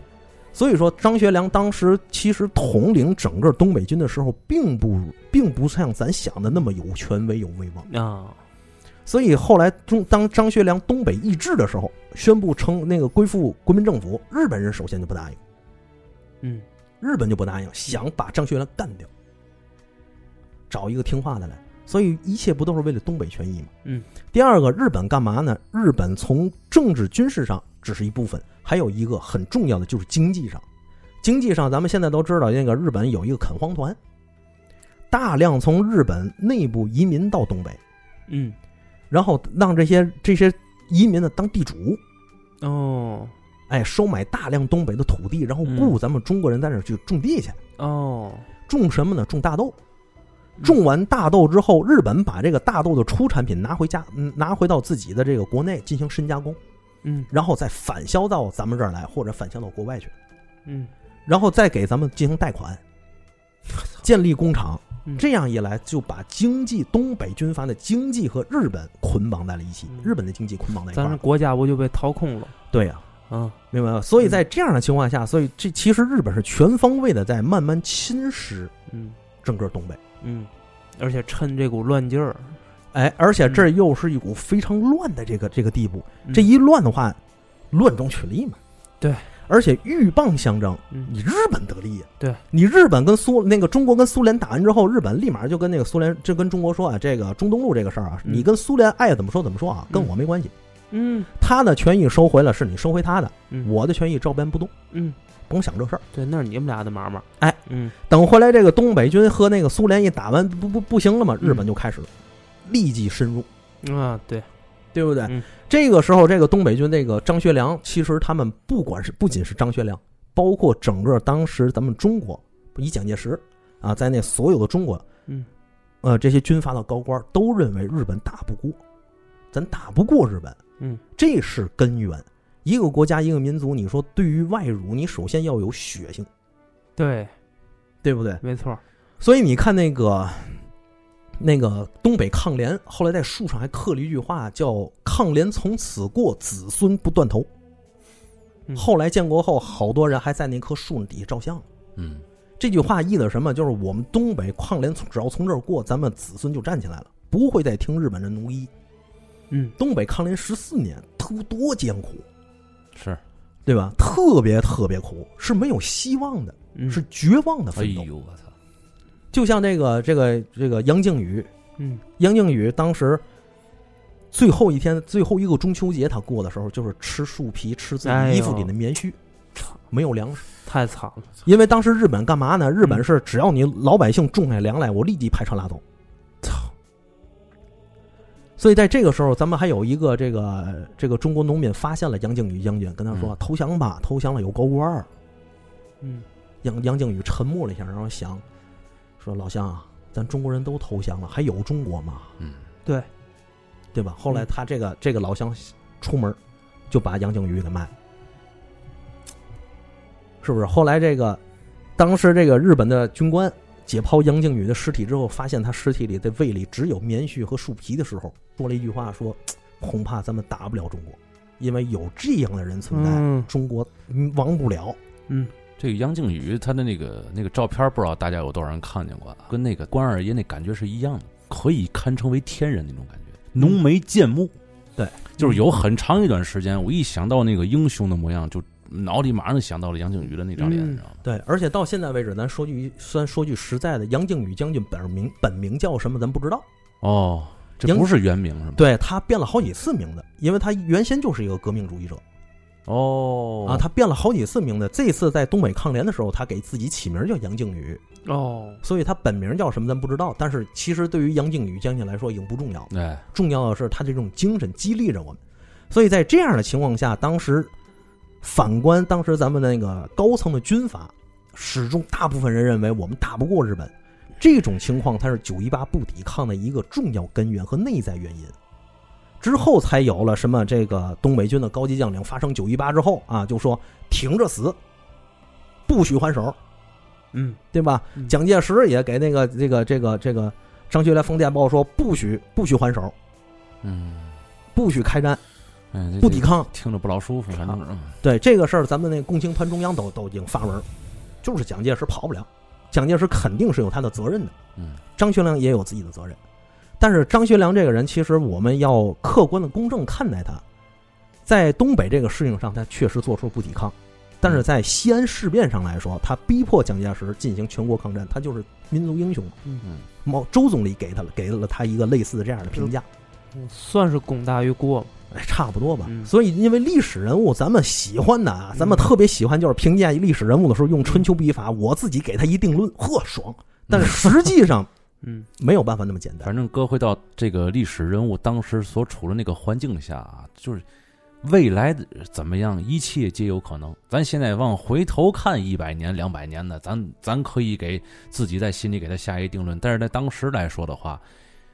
S3: 所以说张学良当时其实统领整个东北军的时候，并不并不像咱想的那么有权威、有威望。
S2: 啊，
S3: 所以后来中当张学良东北易帜的时候，宣布称那个归附国民政府，日本人首先就不答应，
S2: 嗯
S3: 日本就不答应，想把张学良干掉，找一个听话的来。所以一切不都是为了东北权益吗？
S2: 嗯。
S3: 第二个，日本干嘛呢？日本从政治军事上只是一部分，还有一个很重要的就是经济上。经济上，咱们现在都知道，那个日本有一个垦荒团，大量从日本内部移民到东北。
S2: 嗯，
S3: 然后让这些这些移民呢当地主，
S2: 哦
S3: 哎，收买大量东北的土地，然后
S1: 嗯
S3: 雇咱们中国人在那儿去种地去，
S2: 哦，
S3: 种什么呢？种大豆。
S2: 嗯
S3: 种完大豆之后，日本把这个大豆的出产品拿回家，嗯拿回到自己的这个国内进行深加工，
S2: 嗯
S3: 然后再返销到咱们这儿来，或者返销到国外去，
S2: 嗯，
S3: 然后再给咱们进行贷 款，建立工厂。
S2: 嗯
S3: 这样一来，就把经济东北军阀的经济和日本捆绑在了一起
S2: 嗯，
S3: 日本的经济捆绑在一块
S2: 咱这
S3: 儿。
S2: 国家不就被掏空了？
S3: 对呀、啊
S2: 嗯
S3: 明白吧？所以在这样的情况下，所以这其实日本是全方位的在慢慢侵蚀
S2: 嗯
S3: 整个东北。
S2: 嗯，而且趁这股乱劲儿，
S3: 哎，而且这又是一股非常乱的这个这个地步，
S2: 嗯
S3: 这一乱的话，乱中取利嘛。
S2: 对，
S3: 而且鹬蚌相争，
S2: 嗯
S3: 你日本得利呀。
S2: 对，
S3: 你日本跟苏那个中国跟苏联打完之后，日本立马就跟那个苏联就跟中国说啊，这个中东路这个事儿啊，
S2: 嗯
S3: 你跟苏联爱怎么说怎么说啊，跟我没关系。
S2: 嗯
S3: 他的权益收回了，是你收回他的，
S2: 嗯
S3: 我的权益照搬不动，
S2: 嗯，
S3: 甭想这事儿。
S2: 对，那是你们俩的买卖。
S3: 哎，
S2: 嗯
S3: 等回来这个东北军和那个苏联一打完，不不不行了
S2: 嗯
S3: 嘛，日本就开始立即深入，
S2: 啊，对，
S3: 对不对？
S2: 嗯
S3: 这个时候，这个东北军那个张学良，其实他们不管是不仅是张学良，包括整个当时咱们中国以蒋介石啊在内所有的中国，
S2: 嗯
S3: 呃，这些军阀的高官都认为日本打不过，咱打不过日本，
S2: 嗯，
S3: 这是根源。一个国家，一个民族，你说对于外辱，你首先要有血性，
S2: 对，
S3: 对不对？
S2: 没错儿。
S3: 所以你看那个那个东北抗联，后来在树上还刻了一句话，叫“抗联从此过，子孙不断头”
S2: 嗯
S3: 后来建国后，好多人还在那棵树底下照相。
S1: 嗯
S3: 这句话意的什么？就是我们东北抗联从只要从这儿过，咱们子孙就站起来了，不会再听日本人奴役。
S2: 嗯
S3: 东北抗联十四年，特多艰苦，
S1: 是，
S3: 对吧？特别特别苦，是没有希望的，
S2: 嗯
S3: 是绝望的
S1: 哎
S3: 奋斗。
S1: 呦我操，
S3: 就像这个这个这个杨靖宇
S2: 嗯
S3: 杨靖宇当时最后一天、最后一个中秋节，他过的时候就是吃树皮、吃自己衣服里的棉絮，
S2: 操
S3: 没有粮食。
S2: 太惨了。
S3: 因为当时日本干嘛呢？日本是只要你老百姓种下粮来，我立即排查拉走。
S2: 操，
S3: 所以在这个时候，咱们还有一个这个这个中国农民发现了杨靖宇将军，跟他说
S1: 嗯
S3: 投降吧，投降了有高官儿。
S2: 嗯
S3: 杨杨靖宇沉默了一下，然后想说老乡啊，咱中国人都投降了，还有中国吗？
S1: 嗯，
S2: 对，
S3: 对吧？后来他这个这个老乡出门就把杨靖宇给卖了，是不是？后来这个当时这个日本的军官解剖杨靖宇的尸体之后，发现他尸体里的胃里只有棉絮和树皮的时候，说了一句话说：“恐怕咱们打不了中国，因为有这样的人存在，
S2: 嗯
S3: 中国嗯亡不了。
S2: 嗯，
S1: 这个杨靖宇他的那个那个照片，不知道大家有多少人看见过啊？跟那个关二爷那感觉是一样的，可以堪称为天人那种感觉，浓眉剑目。
S3: 对，
S1: 就是有很长一段时间，我一想到那个英雄的模样，就脑里马上就想到了杨靖宇的那张脸，
S2: 嗯
S1: 你知道吗？
S3: 对，而且到现在为止，咱说句虽然说句实在的，杨靖宇将军本名本名叫什么，咱不知道。
S1: 哦，这
S3: 杨
S1: 不是原名是吗？，
S3: 对他变了好几次名字，因为他原先就是一个革命主义者
S1: 哦，
S3: 啊，他变了好几次名字。这次在东北抗联的时候，他给自己起名叫杨靖宇，
S2: 哦，
S3: 所以他本名叫什么咱不知道，但是其实对于杨靖宇将军来说已经不重要，
S1: 哎，
S3: 重要的是他这种精神激励着我们。所以在这样的情况下，当时反观当时咱们那个高层的军阀，始终大部分人认为我们打不过日本，这种情况它是九一八不抵抗的一个重要根源和内在原因。之后才有了什么这个东北军的高级将领发生九一八之后啊，就说停着死，不许还手，
S2: 嗯
S3: 对吧？
S2: 嗯
S3: 蒋介石也给那个这个这个这个张学良封电报说不许不许还手，
S1: 嗯，
S3: 不许开战，
S1: 哎，这
S3: 不抵，抗
S1: 这。听着不老舒服，反正嗯
S3: 对这个事儿，咱们那共青团中央都都已经发文，就是蒋介石跑不了，蒋介石肯定是有他的责任的。
S1: 嗯，
S3: 张学良也有自己的责任，但是张学良这个人，其实我们要客观的公正看待他，在东北这个事情上，他确实做出不抵抗，但是在西安事变上来说，他逼迫蒋介石进行全国抗战，他就是民族英雄。
S1: 嗯，
S3: 毛周总理给他了给了他一个类似的这样的评价。
S2: 嗯算是功大于过嘛。
S3: 哎，差不多吧。
S2: 嗯
S3: 所以，因为历史人物，咱们喜欢的啊，咱们特别喜欢就是评价历史人物的时候用春秋笔
S2: 嗯
S3: 法，我自己给他一定论，呵，爽。 但是实际上
S2: 嗯
S3: 没有办法那么简单。
S1: 反正搁回到这个历史人物当时所处的那个环境下啊，就是未来的怎么样，一切皆有可能。咱现在往回头看一百年、两百年的，咱咱可以给自己在心里给他下一定论，但是在当时来说的话，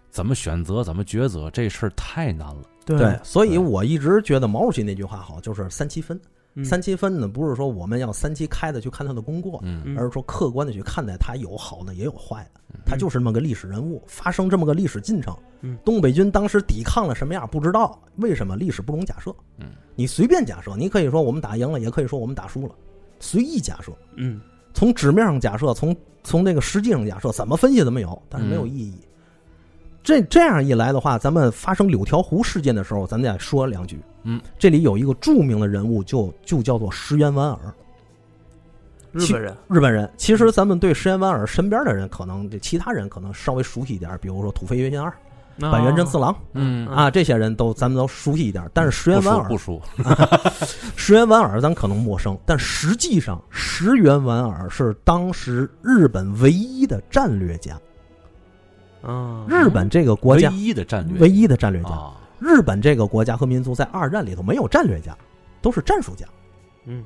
S1: 怎么选择、怎么抉择这事儿太难了。
S3: 对，所以
S1: 对
S3: 我一直觉得毛主席那句话好，就是三七分。
S2: 嗯
S3: 三七分呢，不是说我们要三七开的去看他的功过，
S1: 嗯
S2: 嗯
S3: 而是说客观的去看待他有好的也有坏的，他就是这么个历史人物，发生这么个历史进程
S2: 嗯。
S3: 东北军当时抵抗了什么样不知道，为什么历史不容假设？
S1: 嗯，
S3: 你随便假设，你可以说我们打赢了，也可以说我们打输了，随意假设。
S2: 嗯
S3: 从纸面上假设，从从这个实际上假设，怎么分析都没有，但是
S1: 嗯
S3: 没有意义。这这样一来的话，咱们发生柳条湖事件的时候，咱们再说两句。
S1: 嗯，
S3: 这里有一个著名的人物就，就叫做石原莞尔，
S2: 日本人，
S3: 日本人。其实咱们对石原莞尔身边的人，可能这其他人可能稍微熟悉一点，比如说土肥原贤二、板垣征四郎
S1: 啊嗯
S2: 啊
S3: 啊，这些人都咱们都熟悉一点。但是石原莞尔
S1: 不输，不输
S3: 石原莞尔咱可能陌生，但实际上石原莞尔是当时日本唯一的战略家。
S2: 嗯，
S3: 日本这个国
S1: 唯
S3: 家
S1: 一的战略，
S3: 唯一的战略家，
S1: 啊，
S3: 日本这个国家和民族在二战里头没有战略家，都是战术家。
S2: 嗯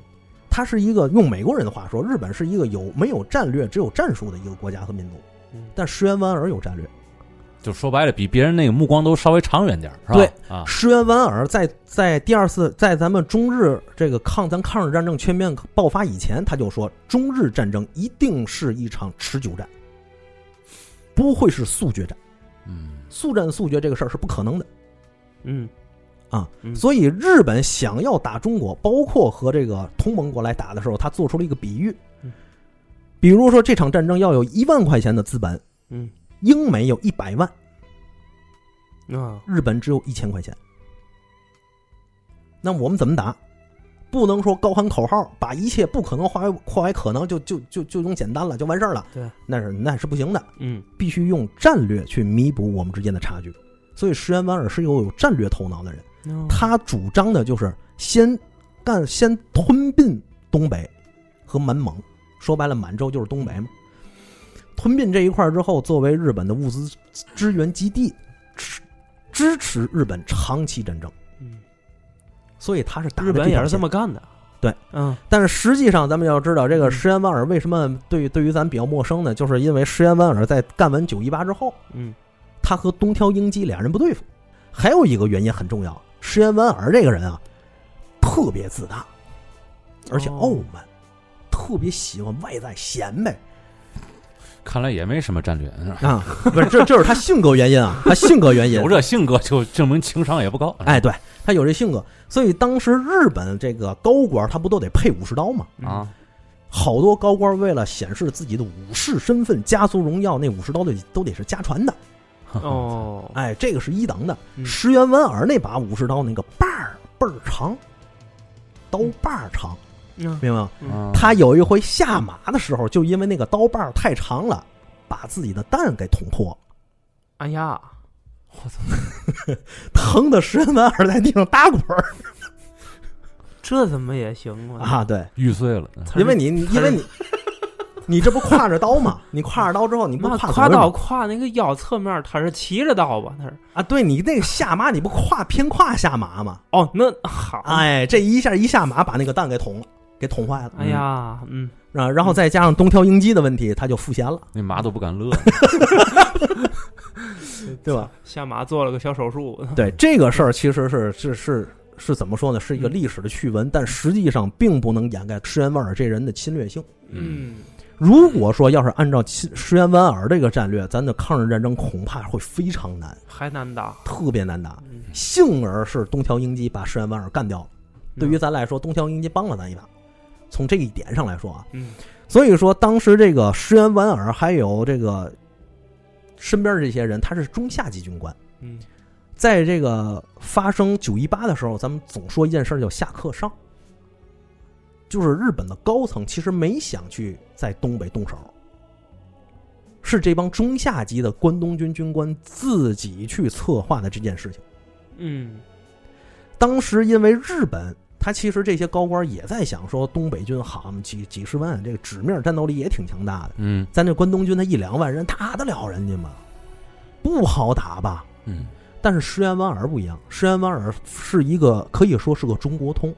S3: 它是一个用美国人的话说，日本是一个有没有战略只有战术的一个国家和民族。
S2: 嗯
S3: 但石原莞尔有战略，
S1: 就说白了，比别人那个目光都稍微长远点儿，是吧？
S3: 对
S1: 啊，
S3: 石原莞尔在在第二次在咱们中日这个抗咱抗日战争全面爆发以前，他就说中日战争一定是一场持久战，不会是速决战，
S1: 嗯，
S3: 速战速决这个事儿是不可能的。
S2: 嗯
S3: 啊
S2: 嗯
S3: 所以日本想要打中国，包括和这个同盟国来打的时候，他做出了一个比喻
S2: 嗯，
S3: 比如说这场战争要有一万块钱的资本，
S2: 嗯
S3: 英美有一百万，
S2: 啊
S3: 日本只有一千块钱。那我们怎么打？不能说高喊口号，把一切不可能化为化为可能，就就就就用简单了，就完事儿了。
S2: 对，
S3: 那是那是不行的，
S2: 嗯
S3: 必须用战略去弥补我们之间的差距。所以石原莞尔是一个有战略头脑的人。
S2: 嗯哦
S3: 他主张的就是先干先吞并东北和满蒙，说白了，满洲就是东北嘛。吞并这一块儿之后，作为日本的物资支援基地，支支持日本长期战争，
S2: 嗯
S3: 所以他是打的
S2: 日本
S3: 这条
S2: 也是这
S3: 线。
S2: 么干的，
S3: 对，
S2: 嗯
S3: 但是实际上，咱们要知道，这个
S2: 嗯
S3: 石原莞尔为什么对于对于咱比较陌生呢？就是因为石原莞尔在干完九一八之后，
S2: 嗯
S3: 他和东条英机俩人不对付。还有一个原因很重要，石原莞尔这个人啊，特别自大，而且
S2: 哦
S3: 傲慢，特别喜欢外在显摆
S1: 看来也没什么战略，是吧
S3: 啊。 不是，这这是他性格原 因啊，他性格原因
S1: 有。这性格就证明情商也不高。
S3: 哎，对他有这性格，所以当时日本这个高官他不都得配武士刀吗？
S2: 嗯
S1: 啊，
S3: 好多高官为了显示自己的武士身份，家族荣耀那武士刀都得都得是家传的，
S2: 哦，
S3: 哎，这个是一等的。
S2: 嗯
S3: 石原莞尔那把武士刀那个把儿倍儿长，刀把儿长，
S2: 嗯
S3: 明白吗？
S1: 嗯
S3: 他有一回下马的时候，就因为那个刀把儿太长了，把自己的蛋给捅破了，
S2: 哎呀，
S3: 疼的石原莞尔在地上打滚儿
S2: 这怎么也行
S3: 啊！对，
S1: 玉碎了，
S2: 嗯
S1: 嗯
S2: 他是
S3: 因为你
S2: 他是
S3: 因为你 你这不挎着刀吗？你挎着刀之后，你不
S2: 那跨
S3: 挎左边
S2: 到
S3: 吗
S2: 跨那个腰侧面，他是骑着刀吧？他是
S3: 啊？对你那个下马，你不挎偏挎下马吗？
S2: 哦，那好，
S3: 哎，这一下一下马把那个蛋给捅了，给捅坏了
S2: 哎呀，嗯，
S3: 啊！然后再加上东条英机的问题，他就赋闲了。
S1: 那马都不敢乐。
S3: 对吧？
S2: 下马做了个小手术， 嗯
S3: 对这个事儿，其实是是是是怎么说呢？是一个历史的趣闻，但实际上并不能掩盖石原莞尔这人的侵略性。
S1: 嗯
S2: 嗯，
S3: 如果说要是按照侵石原莞尔这个战略，咱的抗日战争恐怕会非常难，
S2: 还难打，
S3: 特别难打。
S2: 嗯
S3: 幸而是东条英机把石原莞尔干掉了。对于，咱来说，东条英机帮了咱一把。从这一点上来说啊，
S2: 嗯
S3: 所以说当时这个石原莞尔还有这个身边这些人，他是中下级军官。
S2: 嗯
S3: 在这个发生九一八的时候，咱们总说一件事儿叫下课上，就是日本的高层其实没想去在东北动手，是这帮中下级的关东军军官自己去策划的这件事情。
S2: 嗯
S3: 当时因为日本，他其实这些高官也在想说，东北军好几几十万，这个纸面战斗力也挺强大的，
S1: 嗯
S3: 咱这关东军他一两万人打得了人家吗？不好打吧？
S1: 嗯，
S3: 但是石原莞尔不一样，石原莞尔是一个可以说是个中国通，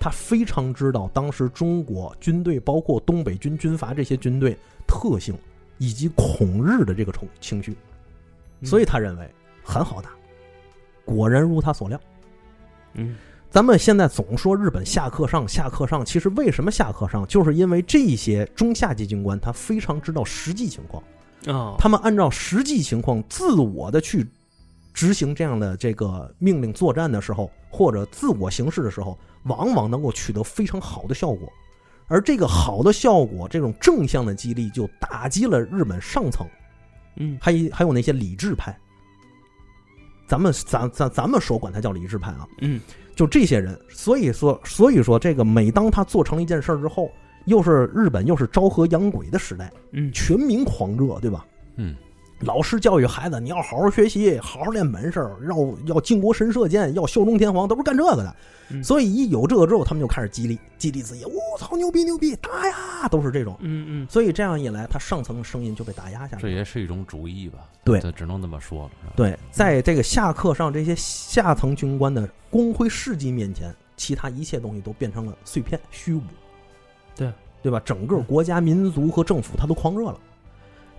S3: 他非常知道当时中国军队，包括东北军军阀这些军队特性，以及恐日的这个冲情绪。
S2: 嗯
S3: 所以他认为很好打。果然如他所料，
S2: 嗯
S3: 咱们现在总说日本下课上下课上，其实为什么下课上，就是因为这些中下级军官他非常知道实际情况，
S2: 啊，
S3: 他们按照实际情况自我的去执行这样的这个命令作战的时候，或者自我行事的时候，往往能够取得非常好的效果。而这个好的效果，这种正向的激励，就打击了日本上层，
S2: 嗯
S3: 还还有那些理智派。咱们咱咱咱们说管他叫理智派啊，
S2: 嗯
S3: 就这些人。所以说，所以说，这个每当他做成了一件事儿之后，又是日本又是昭和洋鬼的时代，
S2: 嗯
S3: 全民狂热，对吧？
S1: 嗯，
S3: 老师教育孩子，你要好好学习，好好练门事儿，要要靖国神射箭，要效忠天皇，都是干这个的。
S2: 嗯
S3: 所以一有这个之后，他们就开始激励激励自己，我、操，牛逼牛逼，打呀，都是这种。
S2: 嗯嗯
S3: 所以这样一来，他上层的声音就被打压下来
S1: 嗯这
S3: 了。
S1: 也是一种主义吧？
S3: 对
S1: 这只能这么说了。是吧，
S3: 对，在这个下课上这些下层军官的光辉事迹面前，其他一切东西都变成了碎片虚无。
S2: 对，
S3: 对吧？整个国家、民族和政府，它都狂热了，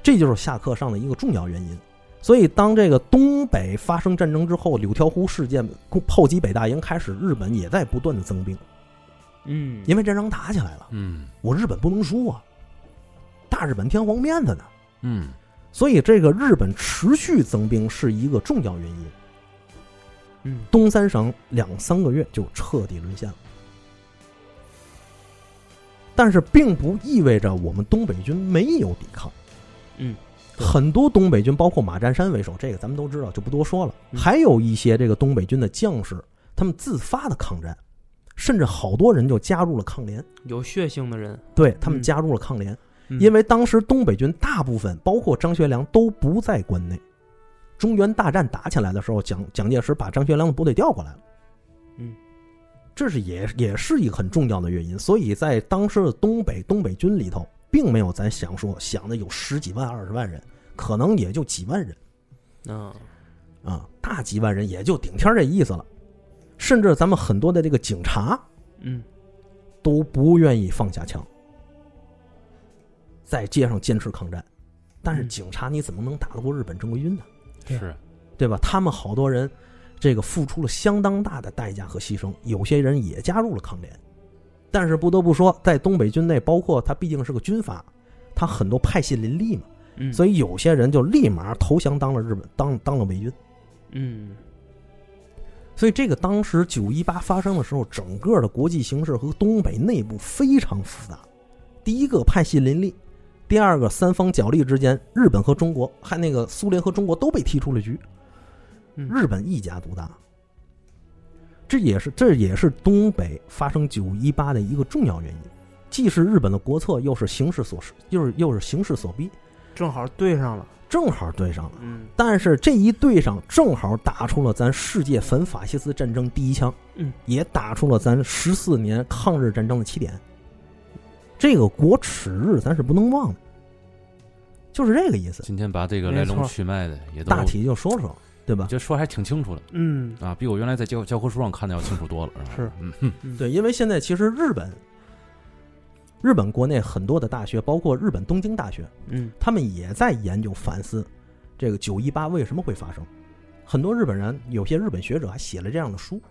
S3: 这就是下课上的一个重要原因。所以，当这个东北发生战争之后，柳条湖事件炮击北大营开始，日本也在不断的增兵，
S2: 嗯，
S3: 因为这仗打起来了，
S1: 嗯
S3: 我日本不能输啊，大日本天皇面子呢。
S1: 嗯，
S3: 所以，这个日本持续增兵是一个重要原因。
S2: 嗯
S3: 东三省两三个月就彻底沦陷了。但是，并不意味着我们东北军没有抵抗。
S2: 嗯，对
S3: 很多东北军，包括马占山为首，这个咱们都知道，就不多说了。
S2: 嗯
S3: 还有一些这个东北军的将士，他们自发的抗战，甚至好多人就加入了抗联。
S2: 有血性的人，
S3: 对他们
S2: 嗯
S3: 加入了抗联，
S2: 嗯
S3: 因为当时东北军大部分，包括张学良，都不在关内。中原大战打起来的时候，蒋蒋介石把张学良的部队调过来了。
S2: 嗯，
S3: 这是也也是一个很重要的原因。所以在当时的东北东北军里头，并没有咱想说想的有十几万、二十万人，可能也就几万人
S2: 啊
S3: 啊，大几万人也就顶天儿这意思了。甚至咱们很多的这个警察
S2: 嗯
S3: 都不愿意放下枪，在街上坚持抗战。但是
S2: 嗯
S3: 警察你怎么能打得过日本正规军呢？
S2: 对
S1: 是，
S3: 对吧？他们好多人，这个付出了相当大的代价和牺牲，有些人也加入了抗联。但是不得不说，在东北军内，包括它毕竟是个军阀，它很多派系林立嘛，
S2: 嗯，
S3: 所
S2: 以
S3: 以有些人就立马投降当了日本，当当了美军。
S2: 嗯
S3: 所以这个当时九一八发生的时候，整个的国际形势和东北内部非常复杂。第一个派系林立，第二个三方角力之间，日本和中国，还那个苏联和中国都被踢出了局，
S2: 嗯
S3: 日本一家独大。这也是这也是东北发生九一八的一个重要原因，既是日本的国策，又是形势所示，又是又是形势所逼，
S2: 正好对上了，
S3: 正好对上了。
S2: 嗯
S3: 但是这一对上正好打出了咱世界反法西斯战争第一枪，
S2: 嗯，
S3: 也打出了咱十四年抗日战争的起点。这个国耻日咱是不能忘的，就是这个意思。
S1: 今天把这个
S2: 没
S1: 来龙
S2: 错
S1: 去脉的也都
S3: 大体就说说，对吧？
S1: 这说还挺清楚的
S2: 嗯
S1: 啊，比我原来在教教科书上看的要清楚多了。吧
S2: 是，
S1: 嗯哼，
S3: 对，因为现在其实日本，日本国内很多的大学，包括日本东京大学，
S2: 嗯
S3: 他们也在研究反思这个九一八为什么会发生。很多日本人，有些日本学者还写了这样的书，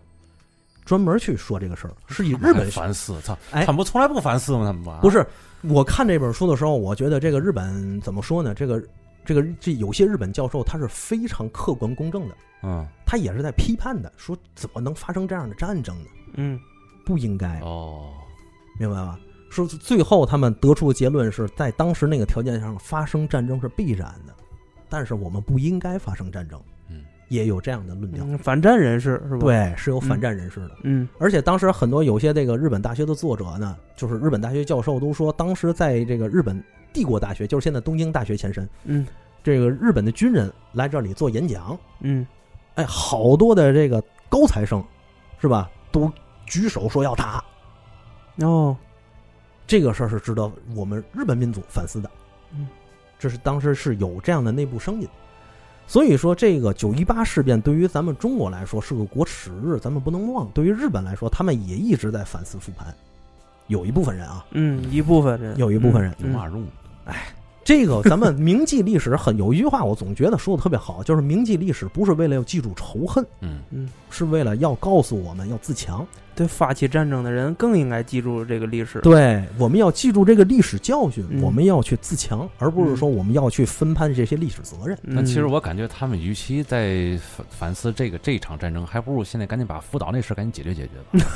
S3: 专门去说这个事儿，是以日
S1: 他们还
S3: 本学
S1: 反思，操，
S3: 哎
S1: 他们不从来不反思吗？他们不啊
S3: 不
S1: 是
S3: 是。我看这本书的时候，我觉得这个日本怎么说呢？这个这个这有些日本教授他是非常客观公正的，
S1: 嗯
S3: 他也是在批判的，说怎么能发生这样的战争呢？
S2: 嗯
S3: 不应该，
S1: 哦，
S3: 明白吧？说最后他们得出的结论是在当时那个条件上发生战争是必然的，但是我们不应该发生战争。
S1: 嗯，
S3: 也有这样的论调。
S2: 嗯，反战人士是吧？，
S3: 对，是有反战人士的。
S2: 嗯
S3: 而且当时很多有些这个日本大学的作者呢，就是日本大学教授都说，当时在这个日本帝国大学，就是现在东京大学前身，
S2: 嗯
S3: 这个日本的军人来这里做演讲，
S2: 嗯
S3: 哎，好多的这个高材生，是吧，都举手说要打。
S2: 哦
S3: 这个事儿是值得我们日本民族反思的。
S2: 嗯，
S3: 这是当时是有这样的内部声音，所以说这个九一八事变对于咱们中国来说是个国耻日，咱们不能忘。对于日本来说，他们也一直在 反思复盘，有一部分人啊，
S2: 嗯，一部分人
S3: 有一部分人
S1: 有嘛
S2: 嗯
S1: 用？
S3: 这个咱们铭记历史很有一句话，我总觉得说的特别好，就是铭记历史不是为了要记住仇恨，
S1: 嗯，
S2: 嗯，
S3: 是为了要告诉我们要自强。
S2: 对发起战争的人更应该记住这个历史。
S3: 对，我们要记住这个历史教训，
S2: 嗯
S3: 我们要去自强，而不是说我们要去分摊这些历史责任。
S2: 嗯，
S1: 但其实我感觉他们与其在反反思这个这一场战争，还不如现在赶紧把福岛那事儿赶紧解决解决吧。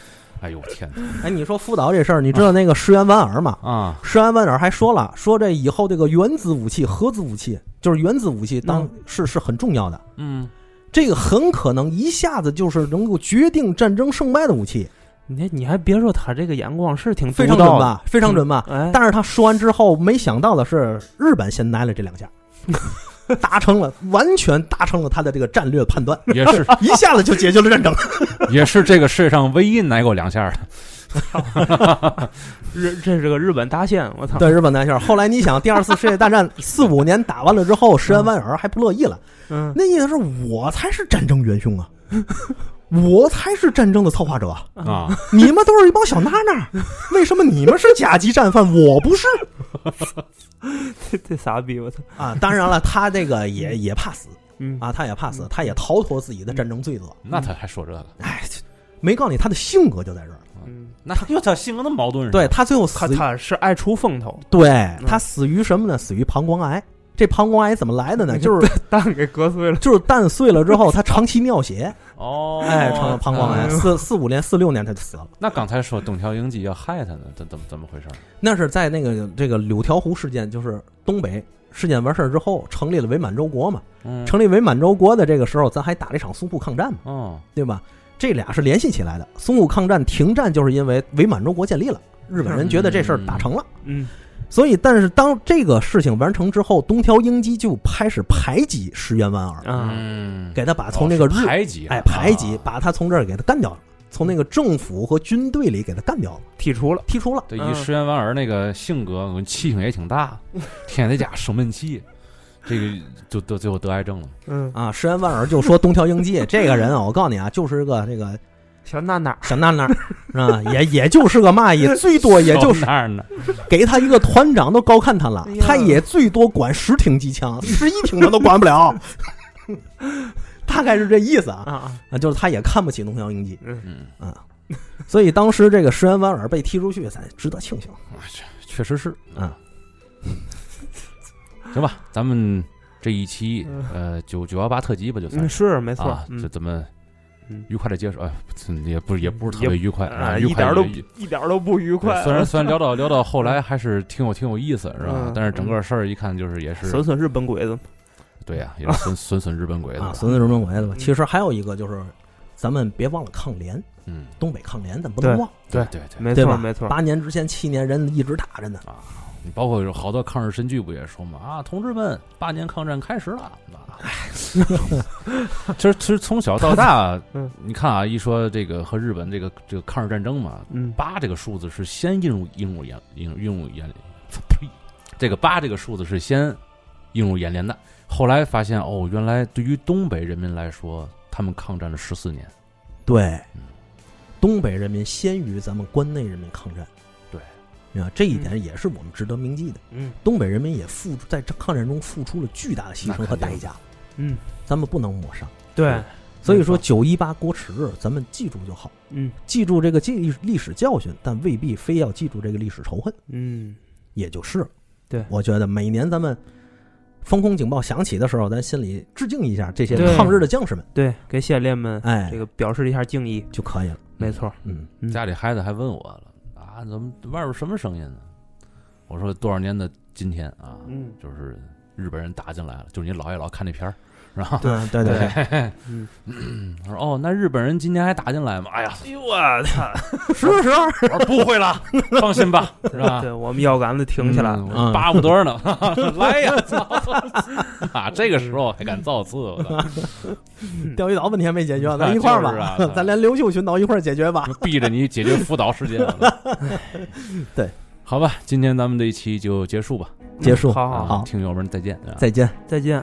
S1: 哎呦我天哪
S3: 哎，你说福岛这事儿，你知道那个石原莞尔吗？
S1: 啊！
S3: 石原莞尔还说了，说这以后这个原子武器、核子武器，就是原子武器当，
S2: 嗯
S3: 是是很重要的。
S1: 嗯，
S3: 这个很可能一下子就是能够决定战争胜败的武器，
S2: 你你还别说，他这个眼光是挺
S3: 非
S2: 独
S3: 常准
S2: 到的？
S3: 吧？非常准吧？
S2: 哎，
S3: 但是他说完之后，没想到的是，日本先来了这两下，达成了完全达成了他的这个战略判断，
S1: 也是
S3: 一下子就解决了战争。
S1: 也是这个世界上唯一挨过两 下的。
S2: 日这是个日本大仙，我操！
S3: 对日本南下，后来你想，第二次世界大战四五年打完了之后，石原莞尔还不乐意了，
S2: 嗯
S3: 那意思是我才是战争元凶啊，我才是战争的策划者，
S1: 啊，
S3: 你们都是一帮小娜娜，为什么你们是甲级战犯，我不是？
S2: 这这傻逼，我操！
S3: 啊，当然了，他这个也也怕死
S2: 嗯
S3: 啊，他也怕死，他也逃脱自己的战争罪责。
S1: 那他还说这个，
S3: 哎，这没告诉你他的性格就在这儿。
S2: 嗯，
S1: 那他又他性格那么矛盾，
S3: 对他最嗯后死
S2: 他，他是爱出风 头，
S3: 对他死于什么呢？死于膀胱癌。这膀胱癌怎么来 的呢？就是
S2: 蛋给割碎了。
S3: 就是蛋碎了之后，他长期尿血，
S1: 哦，
S3: 哎，成了膀胱癌，
S2: 哎呦
S3: 四四五年、四六年他就死了。
S1: 那刚才说东条英机要害他呢，怎怎么怎么回事？
S3: 那是在那个这个柳条湖事件，就是东北事件完事儿之后，成立了伪满洲国嘛。
S1: 嗯，
S3: 成立伪满洲国的这个时候，咱还打了一场淞沪抗战嘛，
S1: 哦，
S3: 对吧？这俩是联系起来的。淞沪抗战停战就是因为伪满洲国建立了，日本人觉得这事儿打成了。
S2: 嗯
S3: 所以，但是当这个事情完成之后，东条英机就开始排挤石原莞尔，
S2: 啊，
S1: 嗯，
S3: 给他把从那个
S1: 哦是
S3: 日、
S1: 排挤，
S3: 哎排挤，
S1: 啊
S3: 把他从这儿给他干掉了，从那个政府和军队里给他干掉了，
S2: 剔除了。
S3: 踢出了。
S1: 对，
S2: 嗯
S1: 以石原莞尔那个性格，我气性也挺 大，天天在家生闷气，这个就得最后得癌症了。
S2: 嗯，
S3: 啊，石原莞尔就说东条英机这个人啊，我告诉你啊，就是个这个
S2: 小娜娜，
S3: 小娜娜啊，也也就是个嘛，也最多也就是
S1: 那样的，
S3: 给他一个团长都高看他了
S2: 哎呀，
S3: 他也最多管十挺机枪，十一挺他都管不了， 大概是这意思啊
S2: 啊啊，
S3: 啊，就是他也看不起东条英机。
S1: 嗯，
S3: 所以当时这个石原莞尔被踢出去，咱值得庆幸。
S1: 哎这确实是
S3: 啊。
S1: 行吧，咱们这一期
S2: 嗯
S1: 呃九九幺八特辑吧，就算
S2: 嗯是没错
S1: 啊，，
S2: 嗯
S1: 就咱们
S2: 嗯
S1: 愉快的结束，哎，也不也不是特
S2: 也
S1: 别愉快
S2: 啊，
S1: 愉
S2: 一
S1: 快
S2: 点都
S1: 也
S2: 一点都不愉快。啊
S1: 虽然虽然聊到聊到后来还是挺有挺有意思，是吧
S2: 嗯？
S1: 但是整个事儿一看就是也是
S2: 损嗯损日本鬼子，
S1: 对呀，也是损损损日本鬼子
S3: 啊，
S1: 吧，
S3: 孙子荣荣回来了吧？
S2: 嗯
S3: 其实还有一个就是，咱们别忘了抗联，
S1: 嗯，
S3: 东北抗联，咱不能忘，
S1: 对对对。
S2: 没
S3: 对
S2: 错
S3: 吧？
S2: 没错。
S3: 八年之前，七年人一直打着呢。
S1: 你包括有好多抗日神剧不也说嘛啊，同志们，八年抗战开始 了。啊其实其实从小到大
S2: 嗯，
S1: 你看啊，一说这个和日本这个这个抗日战争嘛，
S2: 嗯，
S1: 八这个数字是先映入映入眼映入映入眼里，呸，这个八这个数字是先映入眼帘的。后来发现哦，原来对于东北人民来说，他们抗战了十四年。
S3: 对
S1: 嗯，
S3: 东北人民先于咱们关内人民抗战。
S1: 对
S3: 对，啊，这一点也是我们值得铭记的。
S2: 嗯
S3: 东北人民也付出在这抗战中付出了巨大的牺牲和代价，
S2: 嗯，
S3: 咱们不能抹杀。
S2: 对，
S3: 所以说，
S2: 没
S3: 九一八国耻日，咱们记住就好，
S2: 嗯
S3: 记住这个记历历史教训，但未必非要记住这个历史仇恨。
S2: 嗯，
S3: 也就是，
S2: 对
S3: 我觉得每年咱们防空警报响起的时候，咱心里致敬一下这些
S2: 对
S3: 抗日的将士们，
S2: 对，给先烈们
S3: 哎
S2: 这，个表示一下敬意，
S3: 就可以了。
S2: 没错。
S3: 嗯，
S2: 嗯
S1: 家里孩子还问我了啊，怎么外边什么声音呢？我说多少年的今天啊，
S2: 嗯
S1: 就是日本人打进来了，就是你姥爷老看那片儿，是 吧？
S3: 对啊对对对，
S2: 嗯，
S1: 他说哦，那日本人今天还打进来吗？哎呀，
S2: 哎呦我操！
S3: 是不是？
S1: 我说不会了，放心 吧，是吧？
S2: 对我们腰杆子挺起来了。
S1: 嗯
S3: 嗯
S1: 我巴不 得呢，来呀！操啊，这个时候还敢造次，我操
S3: 钓鱼岛问题还没解决，咱
S1: 那
S3: 一块儿
S1: 就
S3: 吧，
S1: 是啊
S3: 咱连刘秀群岛一块儿解决吧。
S1: 逼着你解决辅导啊事件。我操
S3: 对，
S1: 好吧，今天咱们这一期就结束吧，
S3: 结束，
S2: 嗯好好
S1: 啊
S3: 好
S1: 听友们再见，啊
S3: 再见。
S2: 再见。